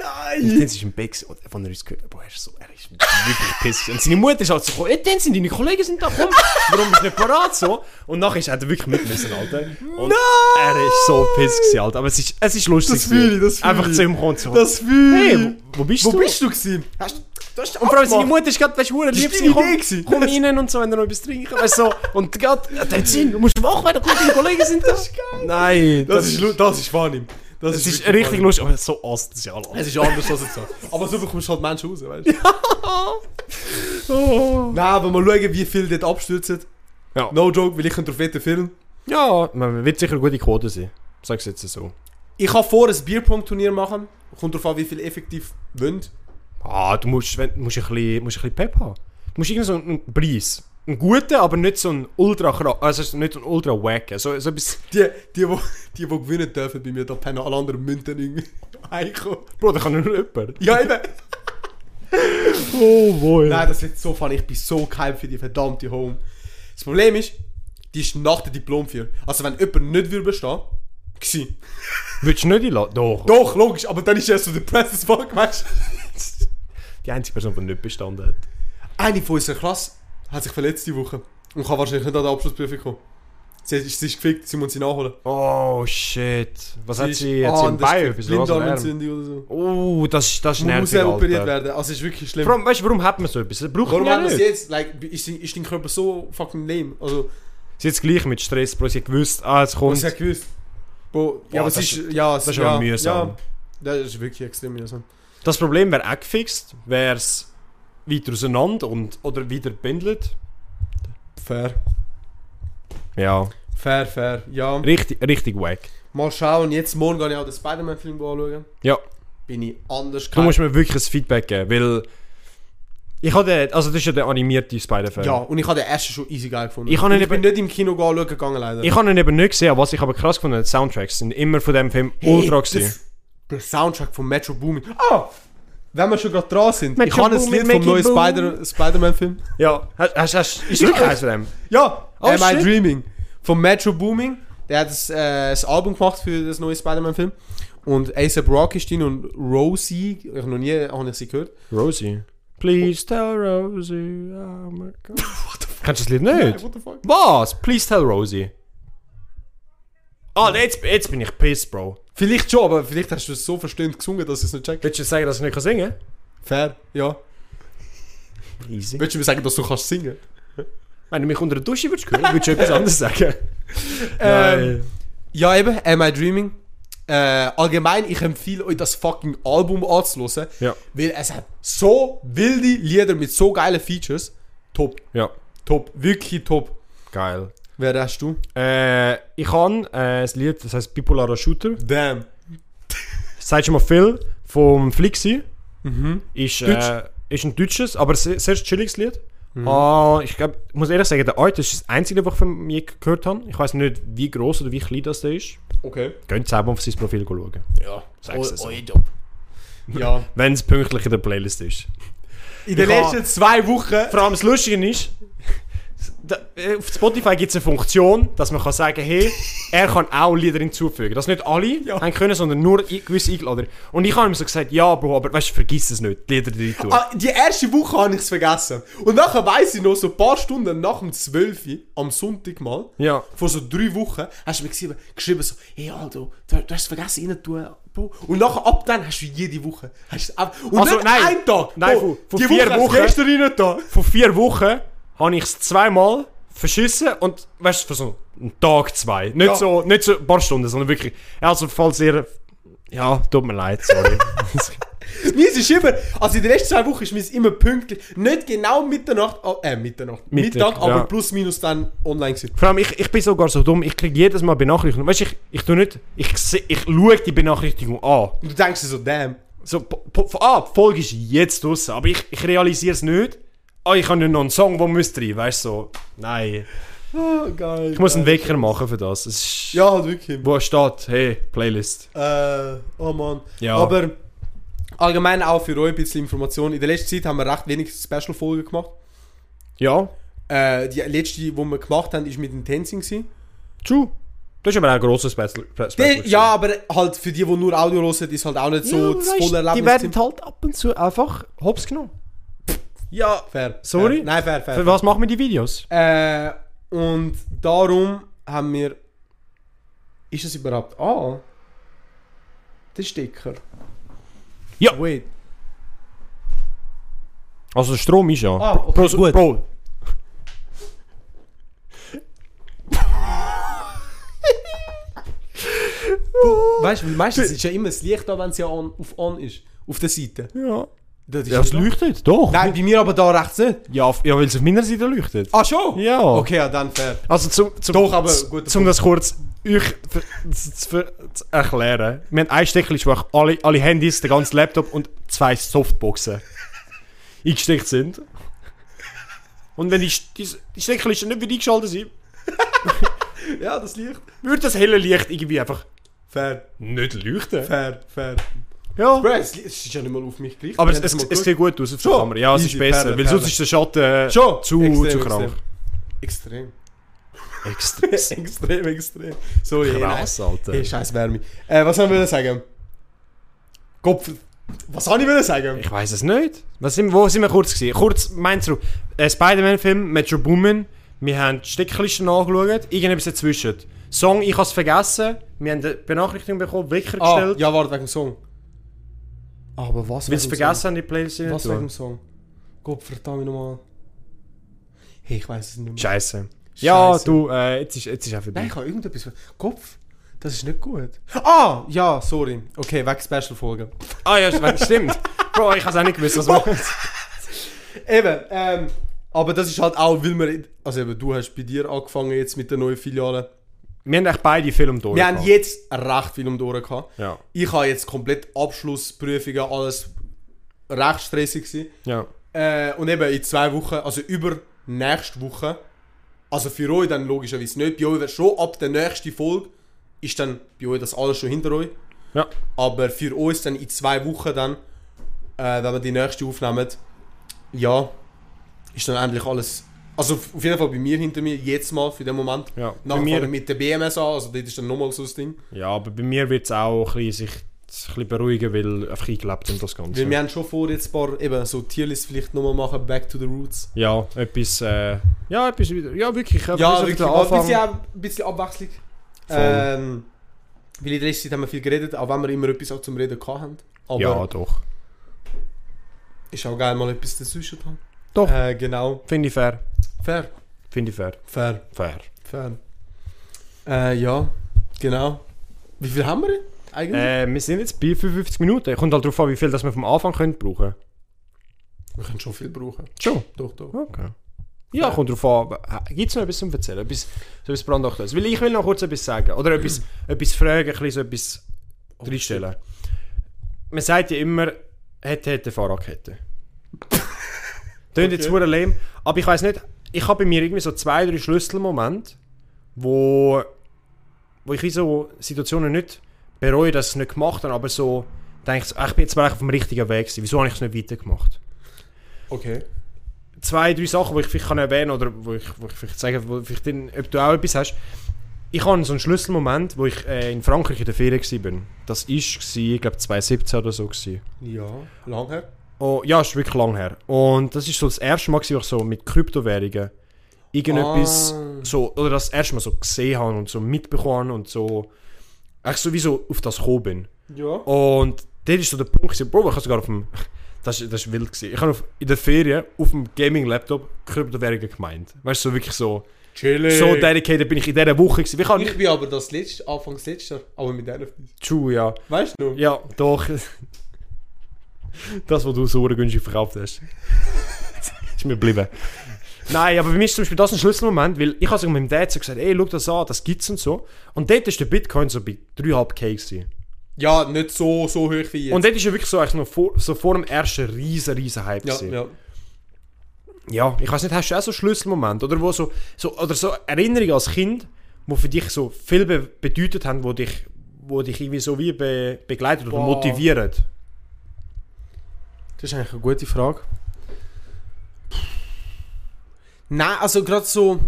Nein! der Tänzer ist im Bett gewesen und von er uns gehört, boah, er ist so, er ist wirklich pissig. Und seine Mutter ist halt so, gekommen, hey Tänzer, deine Kollegen sind da, komm, warum bist du nicht parat so? Und nachher ist er wirklich mitmessen, Alter. Und er ist so pissig, gewesen, Alter. Aber es ist, es ist lustig. Das fühle ich, gewesen. das fühle Einfach ich. zu ihm kommen und so. Das fühle ich. Hey, wo, wo bist Hm. Wo du? bist du gewesen? Hast du- du? hast Und vor allem seine abgemacht. Mutter ist gerade, weißt du, hure lieb, Das ist sie deine komm, Idee gewesen. komm rein und so, wenn er noch etwas trinken, weißt du, so. Und gerade, ja, der Sinn, du musst wach werden, komm, deine Kollegen sind da. Nein, Das ist, lu- das ist funny. Das, das ist wirklich richtig funny. lustig, aber so asozial. Alter. Es ist anders als jetzt so. Aber so bekommst du halt Menschen raus, weißt du? Oh. Nein, aber mal schauen, wie viel dort abstürzen. Ja. No joke, weil ich könnte auf jeden Film. Ja, man wird sicher eine gute Quote sein. Sag's jetzt so. Ich habe vor, ein Bierpong-Turnier machen. Kommt darauf an, wie viel effektiv wollen. Ah, du musst, wenn, musst, ein, bisschen, musst ein bisschen Pep haben. Du musst irgendwie so einen einen Preis. Einen guten, aber nicht so einen ultra kra- also nicht so einen ultra wack. So, so etwas. Die, die, wo, die, die gewinnen dürfen bei mir, da pennen alle anderen Münzen irgendwie heimkommen. Bro, da kann nur jemand. Ja, eben. Oh, boy. Nein, das wird so funny. Ich bin so gehypt für die verdammte Home. Das Problem ist, die ist nach der Diplomfeier. Also wenn jemand nicht würde bestehen, gsi. Willst du nicht einladen? Doch. Doch, logisch, aber dann ist er so depressed as fuck, weißt du. Die einzige Person, die nicht bestanden hat. Eine von unserer Klasse hat sich verletzt die Woche und kann wahrscheinlich nicht an die Abschlussprüfung kommen. Sie ist, sie ist gefickt, sie muss sie nachholen. Oh, shit. Was hat ist sie jetzt im anders Bein? gefickt, Etwas oder was? Ein Arm? Blinddarmentzündung oder so. Oh, das, das ist Man muss nervig, auch operiert Alter. werden, also es ist wirklich schlimm. Warum, weißt du, warum hat man so etwas? Das braucht Warum man hat ja das nicht. jetzt? Like, ist, dein- ist dein Körper so fucking lame? Also, Sie jetzt gleich mit Stress, Bro. Sie hat gewusst, ah, es kommt. was hat gewusst? Bo, ja, Boah, aber es das ist, ja, es das ist ja, aber mühsam. Ja, das ist wirklich extrem mühsam. Das Problem wäre auch gefixt, wäre es weiter auseinander und, oder wieder gebündelt. Fair. Ja. Fair, fair. Ja. Richtig, richtig wack. Mal schauen, jetzt morgen gehe ich auch den Spider-Man-Film anschauen. Ja. Bin ich anders Du musst mir wirklich ein Feedback geben, weil. Ich hatte. Also, das ist ja der animierte Spider-Fan. Ja, und ich habe den ersten schon easy geil gefunden. Ich habe Und ihn ich bin eben- nicht im Kino anschauen gegangen, leider. Ich habe ihn eben nicht gesehen, aber was ich aber krass gefunden habe, die Soundtracks sind immer von dem Film ultra das- gesehen. Der Soundtrack von Metro Boomin. Ah! Wenn wir schon gerade dran sind, ich Metro habe ein Boomin, Lied vom make neuen it Spider- Spider-Man-Film. Ja. Hast, hast, hast, ist wirklich eins von dem. Ja, Oh, Am I shit. Dreaming? Von Metro Booming. Der hat das, äh, das Album gemacht für das neue Spider-Man-Film. Und A$AP Rocky ist drin und Rosie, ich habe noch nie habe ich sie gehört. Rosie. Please tell Rosie I'm a girl. Kennst du das Lied nicht? What the fuck? Was? Please tell Rosie. Ah, jetzt, jetzt bin ich pissed, Bro. Vielleicht schon, aber vielleicht hast du es so verstehend gesungen, dass ich es nicht check. Willst du jetzt sagen, dass ich nicht singen Fair, ja. kann? Easy. Willst du mir sagen, dass du kannst singen? Wenn du mich unter der Dusche würdest hören, würdest du etwas anderes sagen. Ehm, Ähm, Ja, eben, Am I Dreaming? Äh, allgemein, ich empfehle euch das fucking Album anzuhören, Ja. weil es hat so wilde Lieder mit so geilen Features. Top, Ja. top, wirklich top. Geil. Wer hast du? Äh, ich habe äh, ein Lied, das heißt Bipolarer Shooter. Damn. Sagt schon mal viel vom Flixi. Mhm. Ist, äh, ist ein deutsches, aber sehr, sehr chilliges Lied. Mhm. Ah, ich glaub, ich muss ehrlich sagen, der Art ist das einzige, was ich von mir gehört habe. Ich weiß nicht, wie groß oder wie klein das der ist. Okay. Oh, Geht selber auf sein Profil schauen. Ja, sag's es so. Job. Ja. Wenn es pünktlich in der Playlist ist. In den Ich kann- letzten zwei Wochen. Vor allem das Lustige ist, da- äh, auf Spotify gibt es eine Funktion, dass man kann sagen hey, er kann auch Lieder hinzufügen. Dass nicht alle Ja. haben können, sondern nur i- gewisse Eingeladen. Und ich habe ihm so gesagt, ja, Bro, aber weißt du, vergiss es nicht, die Lieder rein tun. Ah, die erste Woche habe ich es vergessen. Und nachher weiss ich noch, so ein paar Stunden nach dem 12. Uhr, am Sonntag mal, Ja. vor so drei Wochen, hast du mir geschrieben, geschrieben so, hey Aldo, du, du hast es vergessen rein tun, Bro. Und nachher ab dann hast du jede Woche. Hast du es ab und Also, nicht nein. einen Tag. Nein, Bro, von- von die vier Woche hast du Wochen. gestern rein da. Vor vier Wochen habe ich es zweimal verschissen und, weißt du, für so einen Tag, zwei. Nicht, Ja. so, nicht so ein paar Stunden, sondern wirklich. Also, falls ihr. Ja, tut mir leid, sorry. Meins ist immer, also in den letzten zwei Wochen ist meins immer pünktlich, nicht genau Mitternacht, ah, äh, Mitternacht, Mittag, Mittag, aber ja. plus minus dann online gewesen. Vor allem, ich, ich bin sogar so dumm, ich kriege jedes Mal Benachrichtigungen. Weißt du, ich, ich tu nicht. Ich, se- ich schaue die Benachrichtigung an. Und du denkst dir so, damn. So, po, po, ah, die Folge ist jetzt draussen, aber ich, ich realisiere es nicht. Ah, ich habe nicht noch einen Song, der müsste rein, weißt du, so. Nein. Oh, geil. Ich muss einen Wecker machen für das. Es ist, Ja, halt wirklich. Wo steht, hey, Playlist. Äh, oh Mann. Ja. Aber allgemein auch für euch ein bisschen Information. In der letzten Zeit haben wir recht wenig Special-Folgen gemacht. Ja, Äh, die letzte, die wir gemacht haben, ist mit dem Dancing. gewesen. true. Das ist aber auch ein grosses Special. Special Die, ja, aber halt für die, die nur Audio hören, ist halt auch nicht so das volle Erlebnis. Die werden halt ab und zu einfach hops genommen. ja, fair. Sorry. Fair. Nein, fair, fair. Für was machen wir die Videos? Äh, und darum haben wir. Ist das überhaupt. Ah! Der Sticker. Ja. Wait. Also der Strom ist ja. Ah, okay, Bro, so- gut. Bro. Weißt du, meistens ist ja immer das Licht da, wenn es ja on, auf on ist. Auf der Seite. Ja. Das ist Ja, es da. leuchtet, doch. Nein, bei mir aber da rechts nicht. Ja, auf- ja weil es auf meiner Seite leuchtet. Ah, schon? Ja. Okay, ja, dann fair. Also zum, zum, Doch, aber z- guter zum das kurz euch ver- z- zu, ver- zu erklären. Wir haben ein Steckchen, wo alle, alle Handys, der ganze Laptop und zwei Softboxen eingesteckt sind. Und wenn die, St- die, die Steckchen nicht wieder eingeschaltet sind, Ja, das Licht. würde das helle Licht irgendwie einfach Fair, nicht leuchten. fair, fair. Ja. Bro, es, es ist ja nicht mal auf mich gerichtet. Aber Ich es, hab es, das mal es geschaut. sieht gut aus auf der Schon. Kamera. Ja, es ist Easy, besser. Perle, weil sonst Perle. ist der Schatten zu, Schon. zu Extrem, krank. Extrem. Extrem. Extrem, extrem. So, Krass, Alter. Hey, scheiß Wärme. Äh, was haben wir sagen? Kopf. Was soll ich wieder sagen? Ich weiß es nicht. Was sind, wo sind wir kurz gewesen? Kurz, meinst du, äh, Spider-Man-Film mit Joe Boomen, wir haben die Stecklisten angeschaut, irgendetwas dazwischen. Song, ich habe es vergessen, wir haben eine Benachrichtigung bekommen, Wecker Ah, gestellt, ja, warte, wegen dem Song. Aber was weil es wegen dem vergessen haben, die Playlist Song? nicht Was zu wegen dem tun. Song? Gott, verdammt nochmal. Hey, ich weiß es nicht mehr. Scheiße. Ja, Scheisse. du, äh, jetzt ist, jetzt ist auch vorbei. Nein, ich habe irgendetwas. ver- Kopf? Das ist nicht gut. Ah, ja, sorry. Okay, weg Special-Folge. Ah ja, stimmt, stimmt. Bro, ich habe es auch nicht gewusst, was machen. Eben, ähm, aber das ist halt auch, weil wir. Also eben, du hast bei dir angefangen jetzt mit der neuen Filiale. Wir haben echt beide Filme durch. Wir haben jetzt recht viel um die Ohren gehabt. Ja. Ich habe jetzt komplett Abschlussprüfungen, alles recht stressig gewesen. Ja. Äh, und eben in zwei Wochen, also über nächste Woche, also für euch dann logischerweise nicht, bei euch wäre schon ab der nächsten Folge, ist dann bei euch das alles schon hinter euch. Ja. Aber für uns dann in zwei Wochen dann, äh, wenn wir die nächste aufnehmen, ja, ist dann endlich alles, also auf auf jeden Fall bei mir hinter mir, jetzt mal für den Moment. Ja, bei Nachher mir- fangen wir mit der BMS an, also das ist dann nochmal so das Ding. Ja, aber bei mir wird es auch ein bisschen, sich ein bisschen beruhigen, weil einfach eingelebt sind das Ganze. Weil wir haben schon vor, jetzt ein paar, eben so Tierlist vielleicht nochmal machen, Back to the Roots. Ja, etwas, äh, ja, etwas wieder, ja wirklich, einfach Ja, so wirklich, wieder war ein bisschen, anfangen. auch ein bisschen Abwechslung. Ähm, weil in der letzten Zeit haben wir viel geredet, auch wenn wir immer etwas auch zum Reden gehabt haben. Aber Ja, doch. ist auch geil, mal etwas dazwischen zu haben. Doch. Äh, genau. Finde ich fair. Fair. Finde ich fair. Fair. Fair. Fair. Äh, ja, genau. Wie viel haben wir denn eigentlich? Äh, wir sind jetzt bei 55 Minuten. Kommt halt darauf an, wie viel das wir vom Anfang können brauchen. Wir können schon viel brauchen. Schon? Doch, doch. Okay. Ja, kommt darauf an. Gibt es noch etwas zum Erzählen? Etwas, so etwas brandaktuelles? Weil ich will noch kurz etwas sagen. Oder etwas, etwas fragen, ein bisschen so etwas reinstellen. Man sagt ja immer, hätte, hätte, Fahrradkette. Tönt jetzt hure lame, aber ich weiß nicht, ich habe bei mir irgendwie so zwei, drei Schlüsselmomente, wo, wo ich in so Situationen nicht bereue, dass ich es nicht gemacht habe, aber so denke ich, so, ah, ich bin jetzt wirklich auf dem richtigen Weg gewesen. Wieso habe ich es nicht weitergemacht? Okay. zwei, drei Sachen, die ich vielleicht kann erwähnen kann oder wo ich, wo ich vielleicht sagen wo vielleicht dann, ob du auch etwas hast. Ich habe so einen Schlüsselmoment, wo ich äh, in Frankreich in der Ferien war. Das war, ich glaube, 2017 oder so. Gewesen. Ja, lang her. Oh, ja, ist wirklich lang her. Und das ist so das erste Mal, gewesen, wo ich so mit Kryptowährungen irgendetwas Ah. so, oder das erste Mal so gesehen habe und so mitbekommen habe und so, eigentlich sowieso auf das gekommen bin. Ja. Und dort ist so der Punkt, gewesen, Bro, ich habe sogar auf dem. Das, ist- das ist wild. Gewesen. Ich habe auf- in der Ferien auf dem Gaming-Laptop Kryptowährungen gemeint. Weißt du, so wirklich so. Chillig. So dedicated bin ich in dieser Woche. Gewesen. Ich habe ich bin aber das letzte, Anfangs letzter, aber mit einer. True, ja. Weißt du noch? Ja, doch. Das, was du so günstig verkauft hast. ist mir geblieben. Nein, aber bei mir ist zum Beispiel das ein Schlüsselmoment, weil ich habe sogar meinem Dad so gesagt, ey, schau das an, das gibt's und so. Und dort ist der Bitcoin so bei 3,5k gewesen. Ja, nicht so, so hoch wie jetzt. Und dort ist er wirklich so, eigentlich noch vor, so vor dem ersten riesen, riesen Hype ja, gewesen. ja. Ja, ich weiß nicht, hast du auch so Schlüsselmomente oder wo so, so oder so Erinnerungen als Kind, wo für dich so viel be bedeutet haben, wo dich, wo dich irgendwie so wie be begleitet oder Boah. motiviert. Das ist eigentlich eine gute Frage. Nein, also gerade so.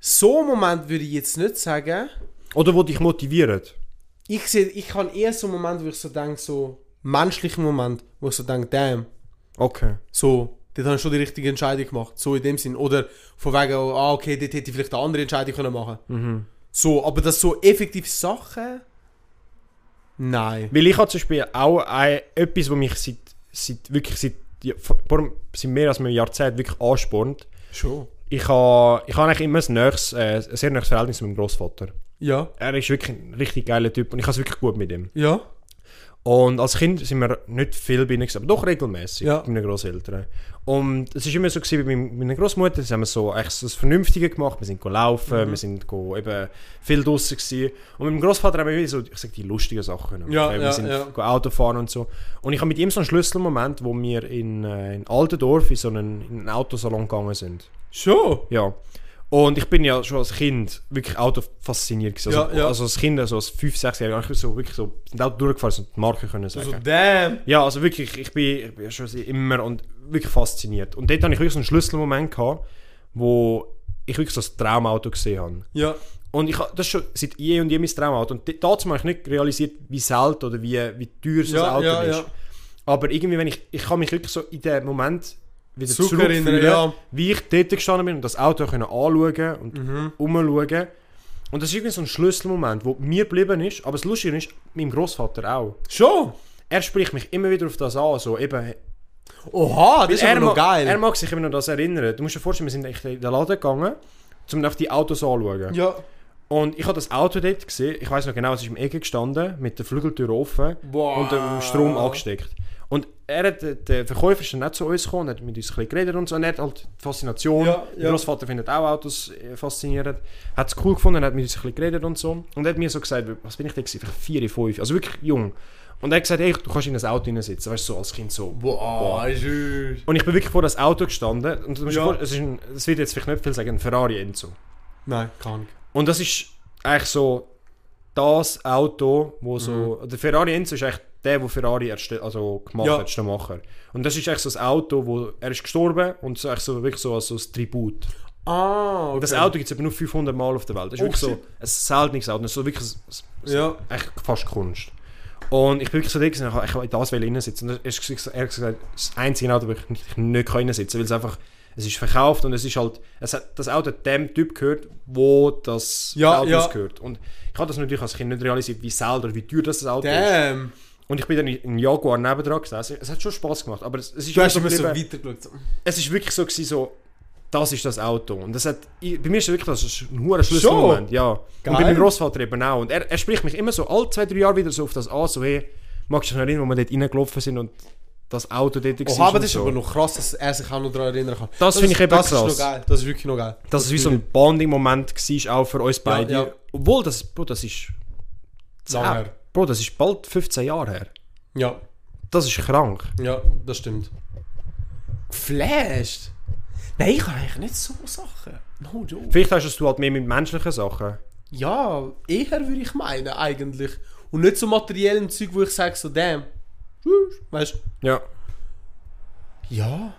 So einen Moment würde ich jetzt nicht sagen. Oder wo dich motiviert. Ich sehe, ich kann eher so einen Moment, wo ich so denke, so menschlichen Moment, wo ich so denke, damn, Okay. so, dort habe ich schon die richtige Entscheidung gemacht. So in dem Sinn. Oder von wegen, oh, ah, okay, dort hätte ich vielleicht eine andere Entscheidung können machen können. Mhm. So, aber das so effektiv Sachen. Nein. Weil ich habe zum Beispiel auch ein, etwas, was mich seit, seit wirklich seit, ja, vor, vor- seit mehr als einem Jahrzehnt wirklich anspornt. Schon. Ich habe, ich habe eigentlich immer ein, nächstes, äh, ein sehr nächstes Verhältnis mit meinem Großvater. Ja. Er ist wirklich ein richtig geiler Typ und ich habe es wirklich gut mit ihm. Ja. Und als Kind sind wir nicht viel bei ihnen, gewesen, aber doch regelmäßig Ja. bei meinen Großeltern. Und es war immer so gewesen, bei meinem- meiner Großmutter, sie haben wir so echt so das Vernünftige gemacht. Wir sind go laufen, Mhm. wir sind go eben viel draußen gewesen. Und mit meinem Großvater haben wir wieder so, ich sag die lustigen Sachen. gemacht. Ja, wir ja, sind ja. go Auto fahren und so. Und ich habe mit ihm so einen Schlüsselmoment, wo wir in, äh, in Altendorf in so einen, in einen Autosalon gegangen sind. Schon. Ja. Und ich bin ja schon als Kind wirklich Auto fasziniert. gewesen. Also, Ja, ja. also als Kind, also als 5, 6 Jahre, ich so wirklich so sind Auto durchgefahren, so die Marke können sagen. So, damn. Ja, also wirklich, ich bin, ich bin schon immer und wirklich fasziniert. Und dort hatte ich wirklich so einen Schlüsselmoment, gehabt, wo ich wirklich so das Traumauto gesehen habe. Ja. Und ich habe das ist schon seit je und je mein Traumauto. Und d- dazu habe ich nicht realisiert, wie selten oder wie, wie teuer so ein Ja, Auto ja, ist. ja. Aber irgendwie, wenn ich, ich kann mich wirklich so in dem Moment wieder Zurück zurückfühlen, erinnern, ja. wie ich dort gestanden bin und das Auto können anschauen und Mhm. umschauen. Und das ist irgendwie so ein Schlüsselmoment, wo mir geblieben ist. Aber das Lustige ist, meinem Großvater auch. Schon? Er spricht mich immer wieder auf das an, so eben, Oha, das ist er, aber noch mag, er geil. mag sich immer noch das erinnern. Du musst dir vorstellen, wir sind echt in den Laden gegangen, um auf die Autos anzuschauen. Ja. Und ich habe das Auto dort gesehen, ich weiß noch genau, es ist im Ecke gestanden, mit der Flügeltür offen Wow. und dem Strom angesteckt. Und er hat, äh, der Verkäufer ist dann nicht zu uns gekommen, hat mit uns ein bisschen geredet und so. Und er hat halt die Faszination, Ja, mein ja. Großvater findet auch Autos äh, faszinierend, hat es cool gefunden, hat mit uns ein bisschen geredet und so. Und er hat mir so gesagt, was bin ich denn gewesen, vielleicht vier, fünf, also wirklich jung. Und er hat gesagt, hey, du kannst in das Auto hineinsitzen, weißt du, so als Kind so. Boah, ist Und ich bin wirklich vor das Auto gestanden. Und du musst dir Ja. vorstellen, es, ist ein, es wird jetzt vielleicht nicht viel sagen, ein Ferrari Enzo. Nein, kann nicht. Und das ist eigentlich so das Auto, wo so. Der Ferrari Enzo ist eigentlich der, wo Ferrari erstellt, also gemacht Ja. hat, ist der Macher. Und das ist eigentlich so das Auto, wo er ist gestorben und es ist eigentlich so wirklich so als so ein Tribut. Ah, okay. Das Auto gibt es aber nur 500 Mal auf der Welt. Das ist Oh, wirklich so shit. ein seltenes Auto. Das ist so wirklich ein, Ja. echt fast Kunst. Und ich bin wirklich so dick, ich wollte ich wollte in das reinsitzen. Und er ist gesagt- ehrlich gesagt das einzige Auto, wo ich nicht, nicht reinsitzen kann, weil es einfach, es ist verkauft und es ist halt, es hat, das Auto hat dem Typ gehört, wo das Ja, Auto ja. gehört. Und ich habe das natürlich als Kind nicht realisiert, wie selten oder wie teuer das, das Auto ist. Damn. Und ich bin dann in in Jaguar nebendran gesessen. Es hat schon Spass gemacht, aber es, es ist Du hast doch mal wirklich so geblieben- weitergeschaut. es ist wirklich so, gewesen, so das ist das Auto. Und das hat, ich, bei mir ist es wirklich das ist ein hoher Schlüsselmoment. Ja. Geil. Und bei meinem Großvater eben auch. Und er, er spricht mich immer so alle zwei, drei Jahre wieder so auf das an, so hey, magst du dich noch erinnern, wo wir dort reingelaufen sind und das Auto dort Oh, war und aber das ist so. aber noch krass, dass er sich auch noch daran erinnern kann. Das finde ist- ich eben das krass. Ist noch geil. Das ist wirklich noch geil. Dass es wie so ein Bonding-Moment war, auch für uns beide. ja. Obwohl, das, Bro, das ist... Lang her. Bro, das ist bald 15 Jahre her. Ja, Das ist krank. ja, das stimmt. Geflasht? Nein, ich habe eigentlich nicht so Sachen. No joke. Vielleicht hast du es du halt mehr mit menschlichen Sachen. Ja, eher würde ich meinen, eigentlich. Und nicht so materiellem Zeug, wo ich sage, so damn. tschüss, Weißt du? Ja. Ja.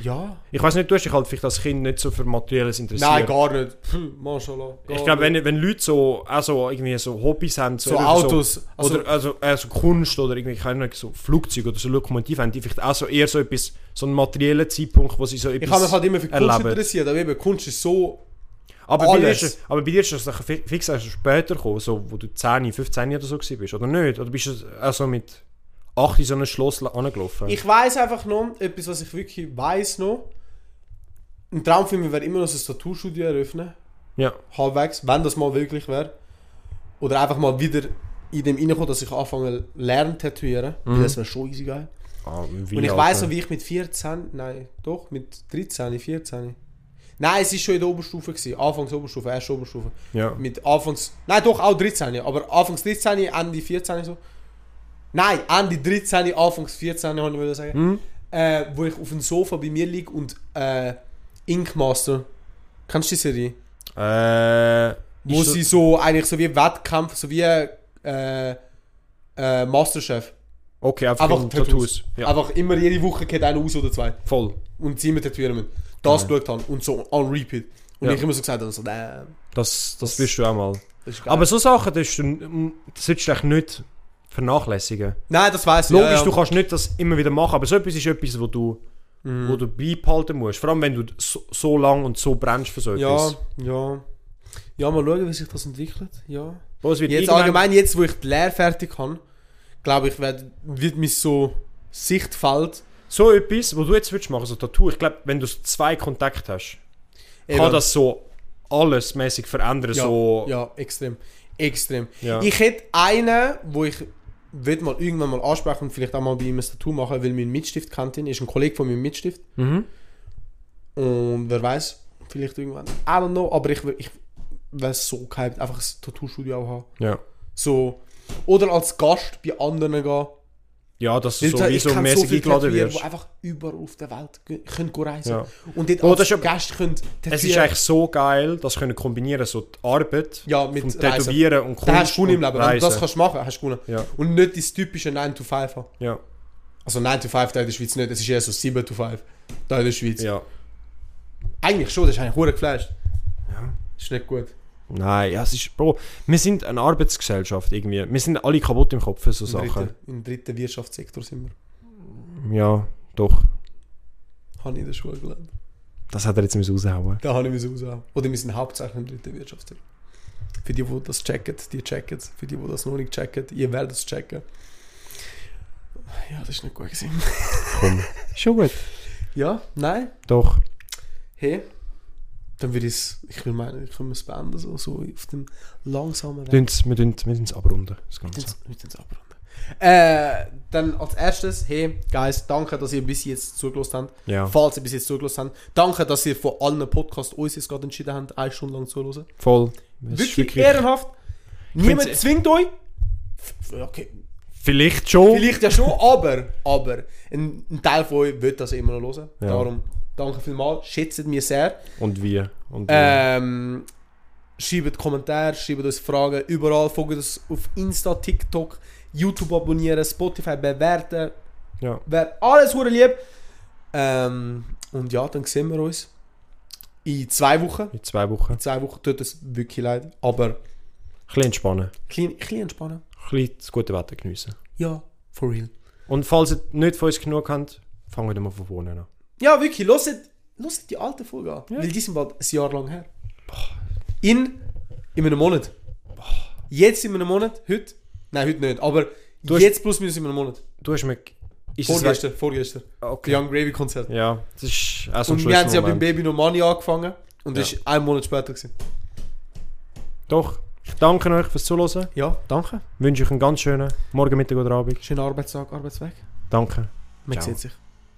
Ja. Ich weiß nicht, du hast dich halt vielleicht als Kind nicht so für Materielles interessiert. Nein, gar nicht. Hm, Mashallah. gar Ich glaube, nicht. wenn, wenn Leute so, also irgendwie so Hobbys haben, so, So eben Autos, also- oder also, äh, so Kunst oder irgendwie keine Ahnung, so Flugzeuge oder so Lokomotiven haben, die vielleicht auch so eher so etwas, so einen materiellen Zeitpunkt, wo sie so etwas Ich habe mich halt immer für Kunst erleben. interessiert, aber eben, Kunst ist so. aber, bei dir alles. ist, aber bei dir ist das nachher fi- fix erst später gekommen, so, wo du 10, 15 oder so warst, oder nicht? Oder bist du also mit 8 in so ein Schloss la- angelaufen? Ich weiß einfach noch, etwas, was ich wirklich weiß noch. Ein Traum für mich wäre immer noch so ein Tattoo-Studio eröffnen. ja. halbwegs, wenn das mal wirklich wäre. Oder einfach mal wieder in dem reinkommen, dass ich anfange lernen tätowieren. Weil das wäre schon easy geil. Ah, wie Und ich alt, weiss noch, äh, wie ich mit 14, nein, doch, mit 13, 14. Nein, es war schon in der Oberstufe, gewesen. Anfangs Oberstufe, erste Oberstufe. Ja. Mit Anfangs, nein doch, auch 13, aber Anfangs 13, Ende 14 so. Nein, Ende 13, Anfangs 14, habe ich wollte sagen. Hm? Äh, wo ich auf dem Sofa bei mir liege und äh, Ink Master. Kennst du die Serie? Äh, wo ist sie so eigentlich so wie Wettkampf, so wie äh, äh, Masterchef. so, okay, einfach, Einfach in Tattoos. Ja, Einfach immer jede Woche geht einer aus oder zwei. voll. Und sie immer tätowieren müssen. Das geschaut haben und so on repeat. Und Ja. ich immer so gesagt habe, so, damn, Das, das wirst du auch mal. das ist geil. Aber so Sachen, das, ist, ein- das solltest du eigentlich nicht vernachlässigen. Nein, das weiß ich. Logisch, ja, ja. du kannst nicht das immer wieder machen, aber so etwas ist etwas, wo du, Mhm. wo du beibehalten musst. Vor allem, wenn du so, so lang und so brennst für so Ja, etwas. ja. Ja, mal schauen, wie sich das entwickelt. Ja. Bro, es wird Jetzt irgendwann- allgemein, jetzt wo ich die Lehre fertig habe, glaube ich, wird, wird mir so Sichtfeld. So etwas, wo du jetzt würdest machen, so Tattoo, ich glaube, wenn du zwei Kontakte hast, kann das so alles mäßig verändern. Ja, so, ja, extrem. Extrem. Ja. Ich hätte einen, wo ich würde mal irgendwann mal ansprechen und vielleicht auch mal bei ihm ein Tattoo machen, weil mein Mitstift kennt ihn, ist ein Kollege von meinem Mitstift. Mhm. Und wer weiß, vielleicht irgendwann. I don't know, aber ich, wär- ich wäre so gehypt, einfach ein Tattoo-Studio auch haben. ja. So. Oder als Gast bei anderen gehen. Ja, dass Weil du da- ich sowieso kenn mäßig viele eingeladen Tätowierer, wirst. Die einfach überall auf der Welt ge- können go reisen Ja. Und dort Oh, als das ist ja- Gast können Es ist tätowieren. eigentlich so geil, das können kombinieren, so die Arbeit Ja, mit vom Reisen. Tätowieren und Da hast du gewonnen im und Leben. Wenn du das Reisen. kannst machen, hast du gewonnen. Ja. Und nicht das typische 9 to 5 haben. Ja, Also 9 to 5 da in der Schweiz nicht, das ist eher so 7 to 5. Da in der Schweiz. ja. Eigentlich schon, das ist eigentlich hure geflasht. Ist nicht gut. Nein, ja, es ist, Bro, wir sind eine Arbeitsgesellschaft irgendwie. Wir sind alle kaputt im Kopf für so Im Sachen. dritten, Im dritten Wirtschaftssektor sind wir. Ja, doch. Habe ich in der Schule gelernt. Das hat er jetzt müssen raushauen. Da habe ich mich rausgehauen. Oder wir sind hauptsächlich im dritten Wirtschaftssektor. Für die, die das checken, die checken es. Für die, die das noch nicht checken, ihr werdet es checken. Ja, das ist nicht gut gewesen. Komm. Schon gut. Ja, nein. Doch. Hey. Dann würde ich es, ich will meinen, ich würde es beenden, so, so auf dem langsamen Weg. Wir tun's- wir tun's- wir tun's abrunden. Das Ganze. Jetzt- jetzt sind's abgerunden. Äh, dann als erstes, hey, Guys, danke, dass ihr bis jetzt zugelassen habt. Ja. Falls ihr bis jetzt zugelassen habt. Danke, dass ihr von allen Podcasts uns jetzt gerade entschieden habt, eine Stunde lang zuhören. Voll. Es ist Wirklich, ehrenhaft. Niemand find's- zwingt euch. F- f- Okay, Vielleicht schon. vielleicht ja schon, aber, aber ein, ein Teil von euch will das immer noch hören. Ja. Darum, danke vielmals, schätzt mich sehr. Und wie. Und wie. Ähm, schreibt Kommentare, schreibt uns Fragen, überall folgt uns auf Insta, TikTok, YouTube abonnieren, Spotify bewerten. Ja. Wäre alles hure lieb. Ähm, und ja, dann sehen wir uns in zwei Wochen. In zwei Wochen. Ein In zwei Wochen tut es wirklich leid, aber bisschen entspannen. ein bisschen, ein bisschen entspannen. Ein bisschen das gute Wetter geniessen. Ja, for real. Und falls ihr nicht von uns genug habt, fangen wir mal von vorne an. Ja, wirklich, loset, loset die alte Folge an, weil die sind bald ein Jahr lang her. In, in einem Monat. Jetzt in einem Monat, heute, nein, heute nicht, aber hast- jetzt plus minus in einem Monat. Du hast mir... Ist es Vorgestern, vorgestern. Okay. Die Young Gravy Konzert. Ja, das ist auch so ein Und wir haben sie ja beim Schlüsselmoment. Baby No Money angefangen und das Ja. ist ein Monat später. Gewesen. Doch. Ich danke euch fürs Zuhören. Ja, danke. Wünsche euch einen ganz schönen Morgen, Mittag oder Abend. Schönen Arbeitstag, Arbeitsweg. Danke. Man Ciao. sieht sich.